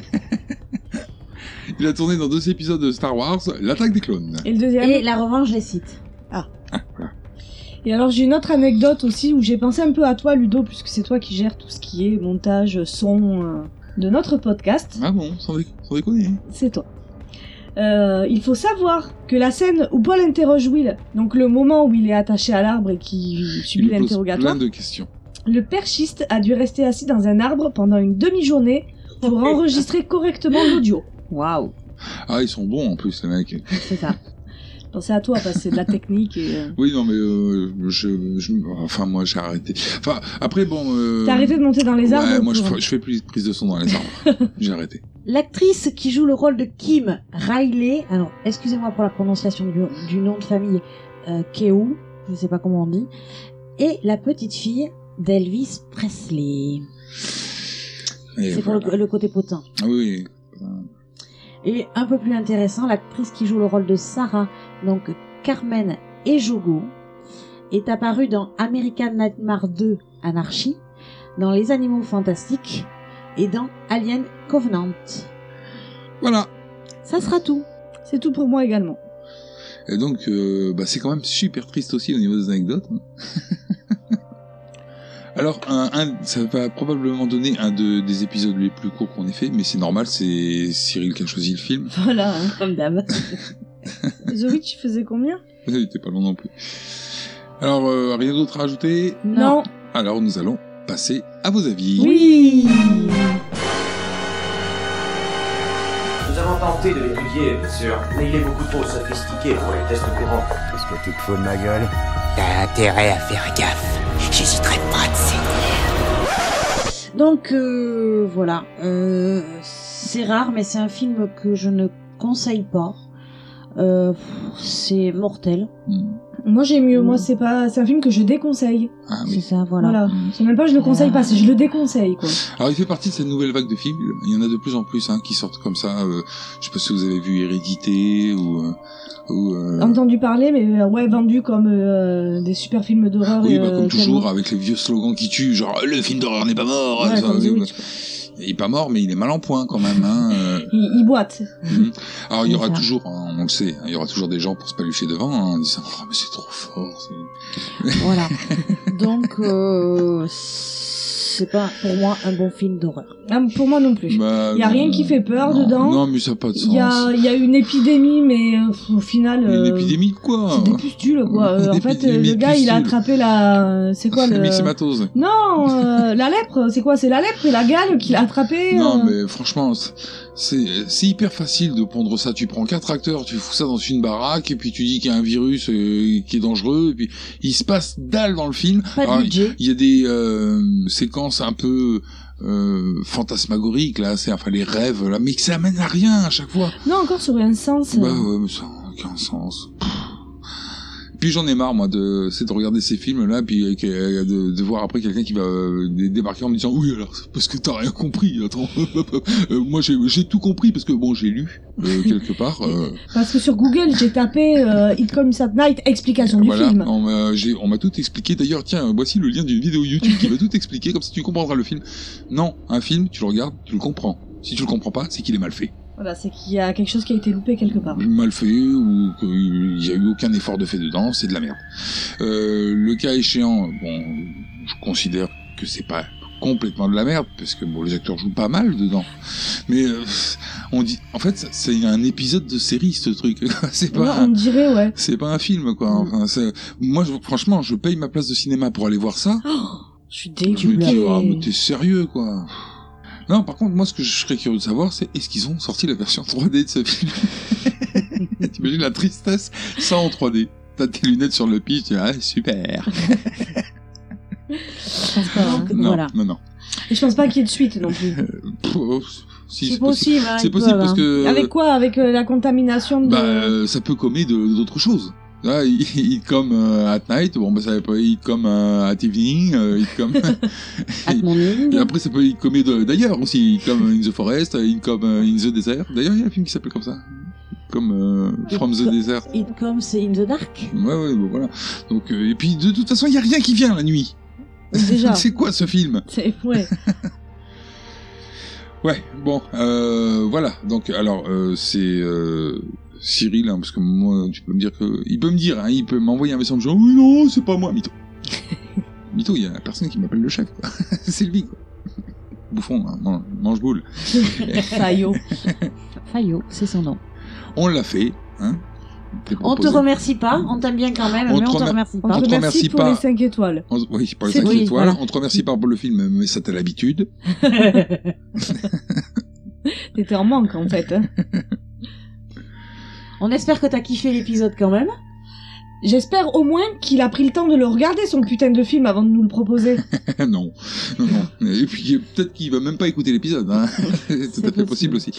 S3: Il a tourné dans deux épisodes de Star Wars, l'attaque des clones.
S6: Et le deuxième
S8: Et la revanche des sites.
S6: Et alors j'ai une autre anecdote aussi où j'ai pensé un peu à toi Ludo puisque c'est toi qui gères tout ce qui est montage son euh, de notre podcast.
S3: Ah bon, sans, dé- sans déconner. hein.
S6: C'est toi. Euh, il faut savoir que la scène où Paul interroge Will, donc le moment où il est attaché à l'arbre et qui
S3: Il
S6: subit
S3: lui pose plein
S6: l'interrogatoire,
S3: de questions.
S6: le perchiste a dû rester assis dans un arbre pendant une demi-journée pour enregistrer correctement l'audio.
S8: Waouh,
S3: Ah, ils sont bons en plus, les mecs.
S8: c'est ça.
S6: Pensez à toi parce que c'est de la technique et... euh,
S3: Oui, non, mais euh, je, je- Enfin, moi, j'ai arrêté. Enfin, après, bon... Euh...
S6: T'as arrêté de monter dans les arbres
S3: Ouais, moi, je,
S6: pour-
S3: fais- je fais plus de prise de son dans les
S6: (laughs)
S3: arbres. j'ai arrêté.
S8: (laughs) L'actrice qui joue le rôle de Kim Riley, alors excusez-moi pour la prononciation du, du nom de famille, euh, Keu, je sais pas comment on dit, est la petite fille d'Elvis Presley.
S3: Et
S8: C'est
S3: voilà.
S8: pour le, le côté potin.
S3: Ah Oui,
S8: Et un peu plus intéressant, l'actrice qui joue le rôle de Sarah, donc Carmen Ejogo, est apparue dans American Nightmare 2 Anarchy, dans Les Animaux Fantastiques et dans Alien Covenant.
S3: Voilà.
S8: Ça sera tout.
S6: C'est tout pour moi également. (laughs)
S3: Et donc, euh, bah, c'est quand même super triste aussi au niveau des anecdotes. (laughs) hein. Alors, un, un- ça va probablement donner un de- des épisodes les plus courts qu'on ait fait, mais c'est normal, c'est Cyril qui a choisi le film. (laughs)
S6: Voilà. hein.
S8: Comme d'hab.
S6: The Witch faisait combien
S3: Il était pas long non plus. Alors, euh, rien d'autre à ajouter
S8: Non.
S3: Alors, nous allons passer à vos avis.
S6: Mm. Oui.
S11: Nous avons tenté de l'étudier, bien sûr, mais il est beaucoup trop sophistiqué pour les tests courants.
S9: Qu'est-ce que tu te fous de ma gueule
S7: T'as intérêt à faire gaffe. J'hésiterai pas de saigner.
S8: (laughs) Donc euh, voilà, Euh, c'est rare, mais c'est un film que je ne conseille pas. Euh, pff, c'est mortel,
S3: Hmm.
S6: Moi j'ai mieux. Moi
S8: Mm.
S6: c'est pas, c'est un film que je déconseille.
S3: Ah
S8: c'est
S3: oui.
S8: ça, voilà. Euh.
S6: Voilà.
S3: Hmm.
S6: C'est même pas je le conseille pas, c'est je le déconseille quoi.
S3: Alors, il fait partie de cette nouvelle vague de films. Il y en a de plus en plus hein, qui sortent comme ça. euh, je sais pas si vous avez vu Hérédité ou... euh, ou euh,
S6: Entendu parler, mais euh, ouais vendu comme euh, des super films d'horreur.
S3: Oui,
S6: et,
S3: bah,
S6: euh,
S3: comme toujours,
S6: tellement-
S3: avec les vieux slogans qui tuent, genre le film d'horreur n'est pas mort.
S6: Ouais,
S3: ça,
S6: comme The
S3: oui,
S6: Witch,
S3: bah, Il est pas mort, mais il est mal en point quand même. Hein.
S6: (laughs)
S3: euh,
S6: Il, il boite.
S3: mhm. Alors il y
S8: C'est
S3: aura
S8: ça.
S3: toujours, hein, on le sait, hein, il y aura toujours des gens pour se palucher devant hein, en disant oh, mais c'est trop fort. c'est-
S8: Voilà. (laughs) Donc, euh, c'est pas pour moi un bon film d'horreur.
S6: Ah, pour moi non plus.
S3: Bah,
S6: Y a
S3: non,
S6: rien qui fait peur
S3: non,
S6: dedans.
S3: Non, mais ça n'a pas de sens.
S6: Il y a, il y a une épidémie, mais euh, au final.
S3: Une
S6: euh,
S3: épidémie de quoi
S6: C'est des pustules quoi. Euh, en
S3: Une
S6: fait, euh,
S3: épidémie
S6: le
S3: de
S6: gars il a
S3: pustules.
S6: attrapé la. C'est
S3: (laughs)
S6: quoi le.
S3: Myxématose.
S6: Non, euh, la lèpre, c'est quoi C'est la lèpre et la gale qu'il a attrapé.
S3: Non,
S6: euh,
S3: mais franchement, c'est- c'est c'est hyper facile de pondre ça. Tu prends quatre acteurs, tu fous ça dans une baraque, et puis tu dis qu'il y a un virus euh, qui est dangereux, et puis il se passe dalle dans le film.
S8: Pas de
S3: Alors,
S8: budget.
S3: Il y a des euh, séquences un peu euh, fantasmagoriques là, c'est enfin les rêves là, mais que ça amène à rien à chaque fois.
S6: Non, encore sur un sens.
S3: Bah ouais, mais ça n'a aucun sens. Pff. Puis j'en ai marre moi de c'est de regarder ces films là puis euh, que- euh, de, de voir après quelqu'un qui va euh, dé- débarquer en me disant oui alors c'est parce que t'as rien compris attends (laughs) Euh, moi j'ai j'ai tout compris parce que bon j'ai lu euh, quelque part euh,
S6: Parce que sur Google, j'ai tapé euh, It Comes at Night, explication du
S3: voilà
S6: film.
S3: on m'a j'ai- on m'a tout expliqué d'ailleurs tiens voici le lien d'une vidéo YouTube qui va tout expliquer comme ça tu comprendras le film non un film tu le regardes tu le comprends si tu le comprends pas c'est qu'il est mal fait
S6: Voilà, c'est qu'il y a quelque chose qui a été loupé quelque part.
S3: mal fait ou qu'il n'y a eu aucun effort de fait dedans, c'est de la merde. Euh, le cas échéant, bon, je considère que c'est pas complètement de la merde, parce que bon, les acteurs jouent pas mal dedans. Mais euh, on dit, en fait, c'est un épisode de série ce truc. (laughs) c'est
S6: Ouais,
S3: pas.
S6: on dirait, ouais.
S3: C'est pas un film quoi. Enfin, c'est- moi, je- franchement, je paye ma place de cinéma pour aller voir ça.
S6: Oh,
S10: Je suis
S3: Tu me
S10: dégoûtée.
S3: dis, Ah, mais t'es sérieux, quoi. Non, par contre, moi, ce que je serais curieux de savoir, c'est est-ce qu'ils ont sorti la version 3D de
S6: (laughs)
S3: ce film T'imagines la tristesse, ça en 3D. T'as tes lunettes sur le pitch, tu dis, ah, super.
S4: Je pense pas,
S6: Ah,
S4: hein.
S3: Non,
S4: Voilà.
S3: non, non.
S6: Et je pense pas qu'il y ait de suite non plus.
S3: Pff, oh, si,
S6: C'est possible. hein,
S3: C'est
S6: ils
S3: possible
S6: peuvent,
S3: parce
S6: hein.
S3: que.
S6: Avec quoi Avec euh, la contamination de.
S3: Bah, euh, ça peut commer de- d'autres choses. Là, (laughs) il, il comme euh, at night, bon, bah, ça peut, il comme euh, at evening, euh, il comme.
S6: (laughs)
S3: at
S8: morning.
S3: Et après, ça peut, il commet de- d'ailleurs aussi, il comme in the forest, il comme euh, in the desert. D'ailleurs, il y a un film qui s'appelle comme ça. Comme euh, From the Desert.
S8: It comes in the dark.
S3: Ouais, ouais, bon, voilà. Donc, euh, et puis, de toute façon, il n'y a rien qui vient la nuit.
S6: Déjà.
S3: (laughs) C'est quoi ce film
S6: C'est ouais.
S3: (laughs) Ouais, bon, euh, voilà. Donc, alors, euh, c'est euh, Cyril, hein, parce que moi, tu peux me dire que. Il peut me dire, hein, il peut m'envoyer un message en disant Oui, non, c'est pas moi, Mito. Mito, il y a personne qui m'appelle le chef, quoi. (laughs) c'est lui, quoi. Bouffon, hein, man- mange-boule.
S4: Fayot. Fayot, c'est son nom.
S3: On l'a fait, hein. t'es
S8: On te
S3: proposé.
S8: remercie pas, on t'aime bien quand même,
S3: On
S8: mais
S3: te
S8: on te
S3: remer-
S8: remercie
S3: on te
S8: pas.
S3: On te remercie remercie pour pas. les cinq
S6: étoiles.
S3: On- oui, pour les
S8: C'est
S3: cinq
S8: tout. Oui,
S3: étoiles.
S8: voilà.
S3: On te remercie pas pour le film, mais ça t'as l'habitude. (laughs)
S6: T'étais en manque en fait. hein.
S8: (laughs) On espère que t'as kiffé l'épisode quand même.
S6: J'espère au moins qu'il a pris le temps de le regarder son putain de film avant de nous le proposer.
S3: non, non, non. Et puis euh, peut-être qu'il va même pas écouter l'épisode. Hein. (laughs) C'est tout à fait possible aussi.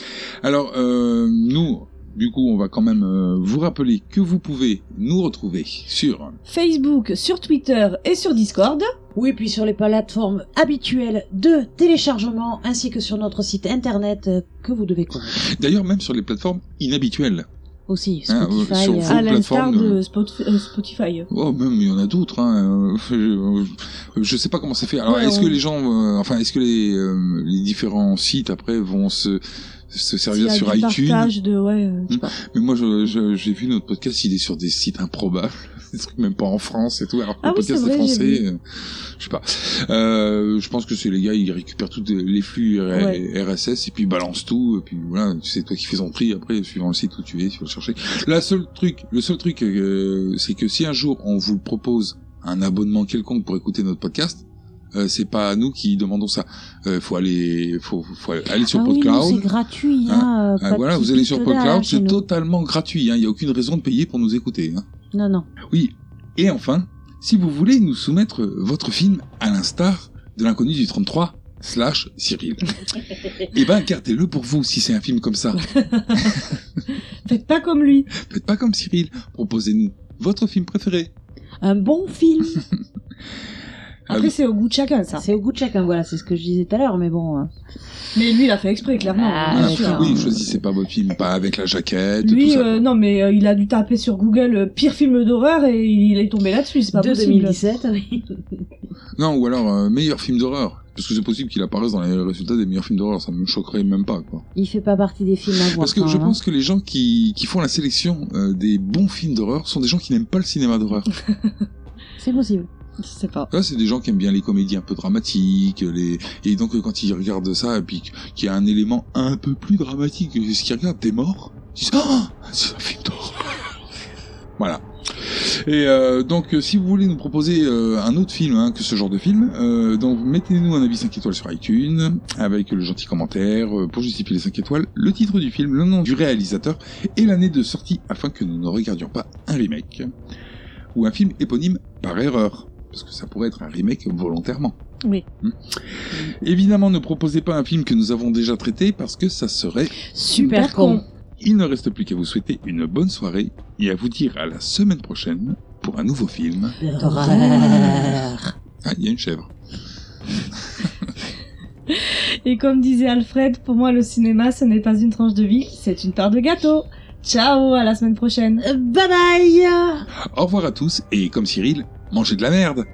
S3: Alors euh, nous, du coup, on va quand même euh, vous rappeler que vous pouvez nous retrouver sur
S6: Facebook, sur Twitter et sur Discord.
S8: Oui, puis sur les plateformes habituelles de téléchargement ainsi que sur notre site internet euh, que vous devez connaître
S3: D'ailleurs, même sur les plateformes inhabituelles.
S8: aussi.
S3: Ah, euh,
S8: Spotify.
S3: sur
S8: euh,
S3: vos-
S6: À l'instar
S3: plateforme de-
S6: de Spot- euh, Spotify.
S3: Oh, même il y en a d'autres. Hein. Euh, Je, je sais pas comment ça fait. Alors,
S6: Ouais,
S3: est-ce
S6: on-
S3: que les gens, euh, enfin, est-ce que les, euh, les différents sites après vont se se
S6: S'il y
S3: servir
S6: a
S3: sur
S6: du
S3: iTunes
S6: partage de ouais. euh,
S3: Hmm. Mais moi, je- je- j'ai vu notre podcast, il est sur des sites improbables, (laughs) des trucs même pas en France et tout. Alors que
S6: Ah
S3: le
S6: oui,
S3: podcast
S6: c'est vrai,
S3: est
S6: j'ai
S3: français,
S6: vu.
S3: euh, je sais pas. Euh, je pense que c'est les gars, ils récupèrent tous les flux R-
S6: Ouais.
S3: RSS et puis ils balancent tout. Et puis voilà, c'est toi qui fais ton prix après, suivant le site où tu es, tu vas le chercher. La seule truc, le seul truc, euh, c'est que si un jour on vous propose un abonnement quelconque pour écouter notre podcast. euh, c'est pas à nous qui demandons ça. Euh, faut aller, faut, faut aller sur
S8: ah oui,
S3: PodCloud.
S8: nous, c'est gratuit. Hein, euh,
S3: Ah,
S8: pas de
S3: voilà,
S8: petits
S3: vous allez sur
S8: picolades
S3: PodCloud,
S8: chez
S3: c'est
S8: nous.
S3: totalement gratuit. hein. Il n'y a aucune raison de payer pour nous écouter. hein.
S8: Non, non.
S3: Oui. Et enfin, si vous voulez nous soumettre votre film à l'instar de l'inconnu du 33 slash
S8: (laughs)
S3: Cyril, eh ben gardez-le pour vous si c'est un film comme ça.
S6: Faites pas comme lui.
S3: Faites pas comme Cyril. Proposez-nous votre film préféré.
S8: Un bon film.
S3: Ah
S6: Après
S3: oui.
S6: c'est au goût de chacun ça.
S8: C'est au goût de chacun, voilà, c'est ce que je disais tout à l'heure, mais bon. euh,
S6: Mais lui il a fait exprès clairement.
S8: Ah,
S6: bien
S3: Ah,
S6: sûr.
S3: oui, choisissez pas votre film, pas avec la jaquette, tout
S6: Lui,
S3: ça.
S6: euh, non, mais euh, il a dû taper sur Google euh, pire film d'horreur et il est tombé là-dessus, c'est pas
S8: de
S6: possible.
S8: 2017, oui.
S3: Non, ou alors euh, meilleur film d'horreur. Parce que c'est possible qu'il apparaisse dans les résultats des meilleurs films d'horreur, ça ne me choquerait même pas, quoi.
S8: (laughs) Il fait pas partie des films à voir.
S3: Parce que
S8: quand
S3: je
S8: même, hein.
S3: pense que les gens qui, qui font la sélection euh, des bons films d'horreur sont des gens qui n'aiment pas le cinéma d'horreur.
S8: hein. C'est possible.
S6: Je sais pas.
S3: Là, c'est des gens qui aiment bien les comédies un peu dramatiques, les... et donc euh, quand ils regardent ça, et puis qu'il y a un élément un peu plus dramatique que ce qu'ils regardent, t'es mort Ils disent Ah C'est un film d'horreur (laughs) Voilà. Et euh, donc, euh, si vous voulez nous proposer euh, un autre film hein, que ce genre de film, euh, donc mettez-nous un avis 5 étoiles sur iTunes, avec le gentil commentaire euh, pour justifier les 5 étoiles, le titre du film, le nom du réalisateur et l'année de sortie afin que nous ne regardions pas un remake ou un film éponyme par erreur. Parce que ça pourrait être un remake volontairement.
S6: Oui.
S3: Hmm. Évidemment, ne proposez pas un film que nous avons déjà traité parce que ça serait.
S8: Super con.
S3: Il ne reste plus qu'à vous souhaiter une bonne soirée et à vous dire à la semaine prochaine pour un nouveau film.
S8: D'horreur.
S3: Ah, il y a une chèvre.
S6: Et comme disait Alfred, pour moi le cinéma ce n'est pas une tranche de vie, c'est une part de gâteau. Ciao, à la semaine prochaine.
S8: Euh, Bye bye
S3: Ah, Au revoir à tous et comme Cyril, mangez de la merde!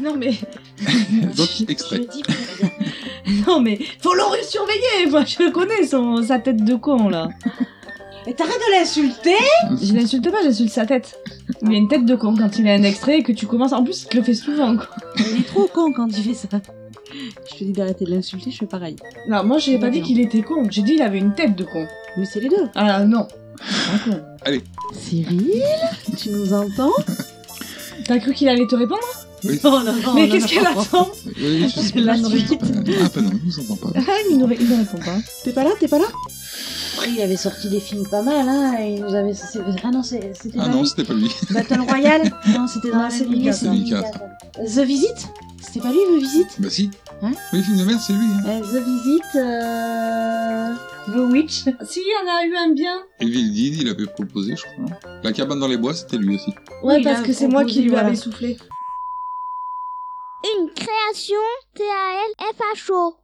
S6: Non mais.
S3: (laughs) Donc, extrait.
S6: (laughs) Non mais. Faut le surveiller Moi je le connais, son... sa tête de con là.
S8: Mais t'arrêtes de l'insulter
S6: Je l'insulte pas, j'insulte sa tête. Il a une tête de con quand il a un extrait et que tu commences. En plus, il te le fait souvent quoi.
S8: Il est trop con quand il fait ça. Je te dis d'arrêter de l'insulter, je fais pareil.
S6: Non, moi j'ai pas dit qu'il était con, j'ai dit il avait une tête de con.
S8: Mais c'est les deux.
S6: Ah non.
S3: Allez.
S8: Cyril, tu nous entends
S6: T'as cru qu'il allait te répondre
S3: Oui.
S6: Non, non, non, Mais
S8: non,
S6: qu'est-ce
S8: non.
S6: qu'elle attend
S3: (laughs) Oui, je
S6: (laughs)
S3: sais
S6: La
S3: pas.
S6: suite.
S3: Ah, bah non, il nous entend pas.
S6: Ah, il ne il ne répond pas. T'es pas là T'es pas là
S8: Après, il avait sorti des films pas mal, hein, et il nous avait... c'est- Ah non, c'est- c'était
S3: Ah
S8: pas
S3: non,
S8: lui.
S3: c'était pas lui. (laughs)
S8: Battle Royale Non, c'était dans la série
S3: Lucas,
S8: Lucas.
S3: c'est Lucas.
S8: The Visit C'était pas lui, The Visit
S3: Bah si.
S8: Hein
S3: Oui, film de merde, c'est lui. hein.
S6: Eh,
S8: Euh, The Visit, euh... The Witch.
S6: Si, il y en a eu un bien.
S3: Evil Dead, il avait proposé, je crois. hein. La cabane dans les bois, c'était lui aussi.
S6: Ouais,
S8: Oui, il
S6: Ah, parce
S8: a
S6: que c'est moi qui
S8: proposé,
S6: lui
S8: voilà.
S6: avais soufflé.
S12: Une création T-A-L-F-H-O.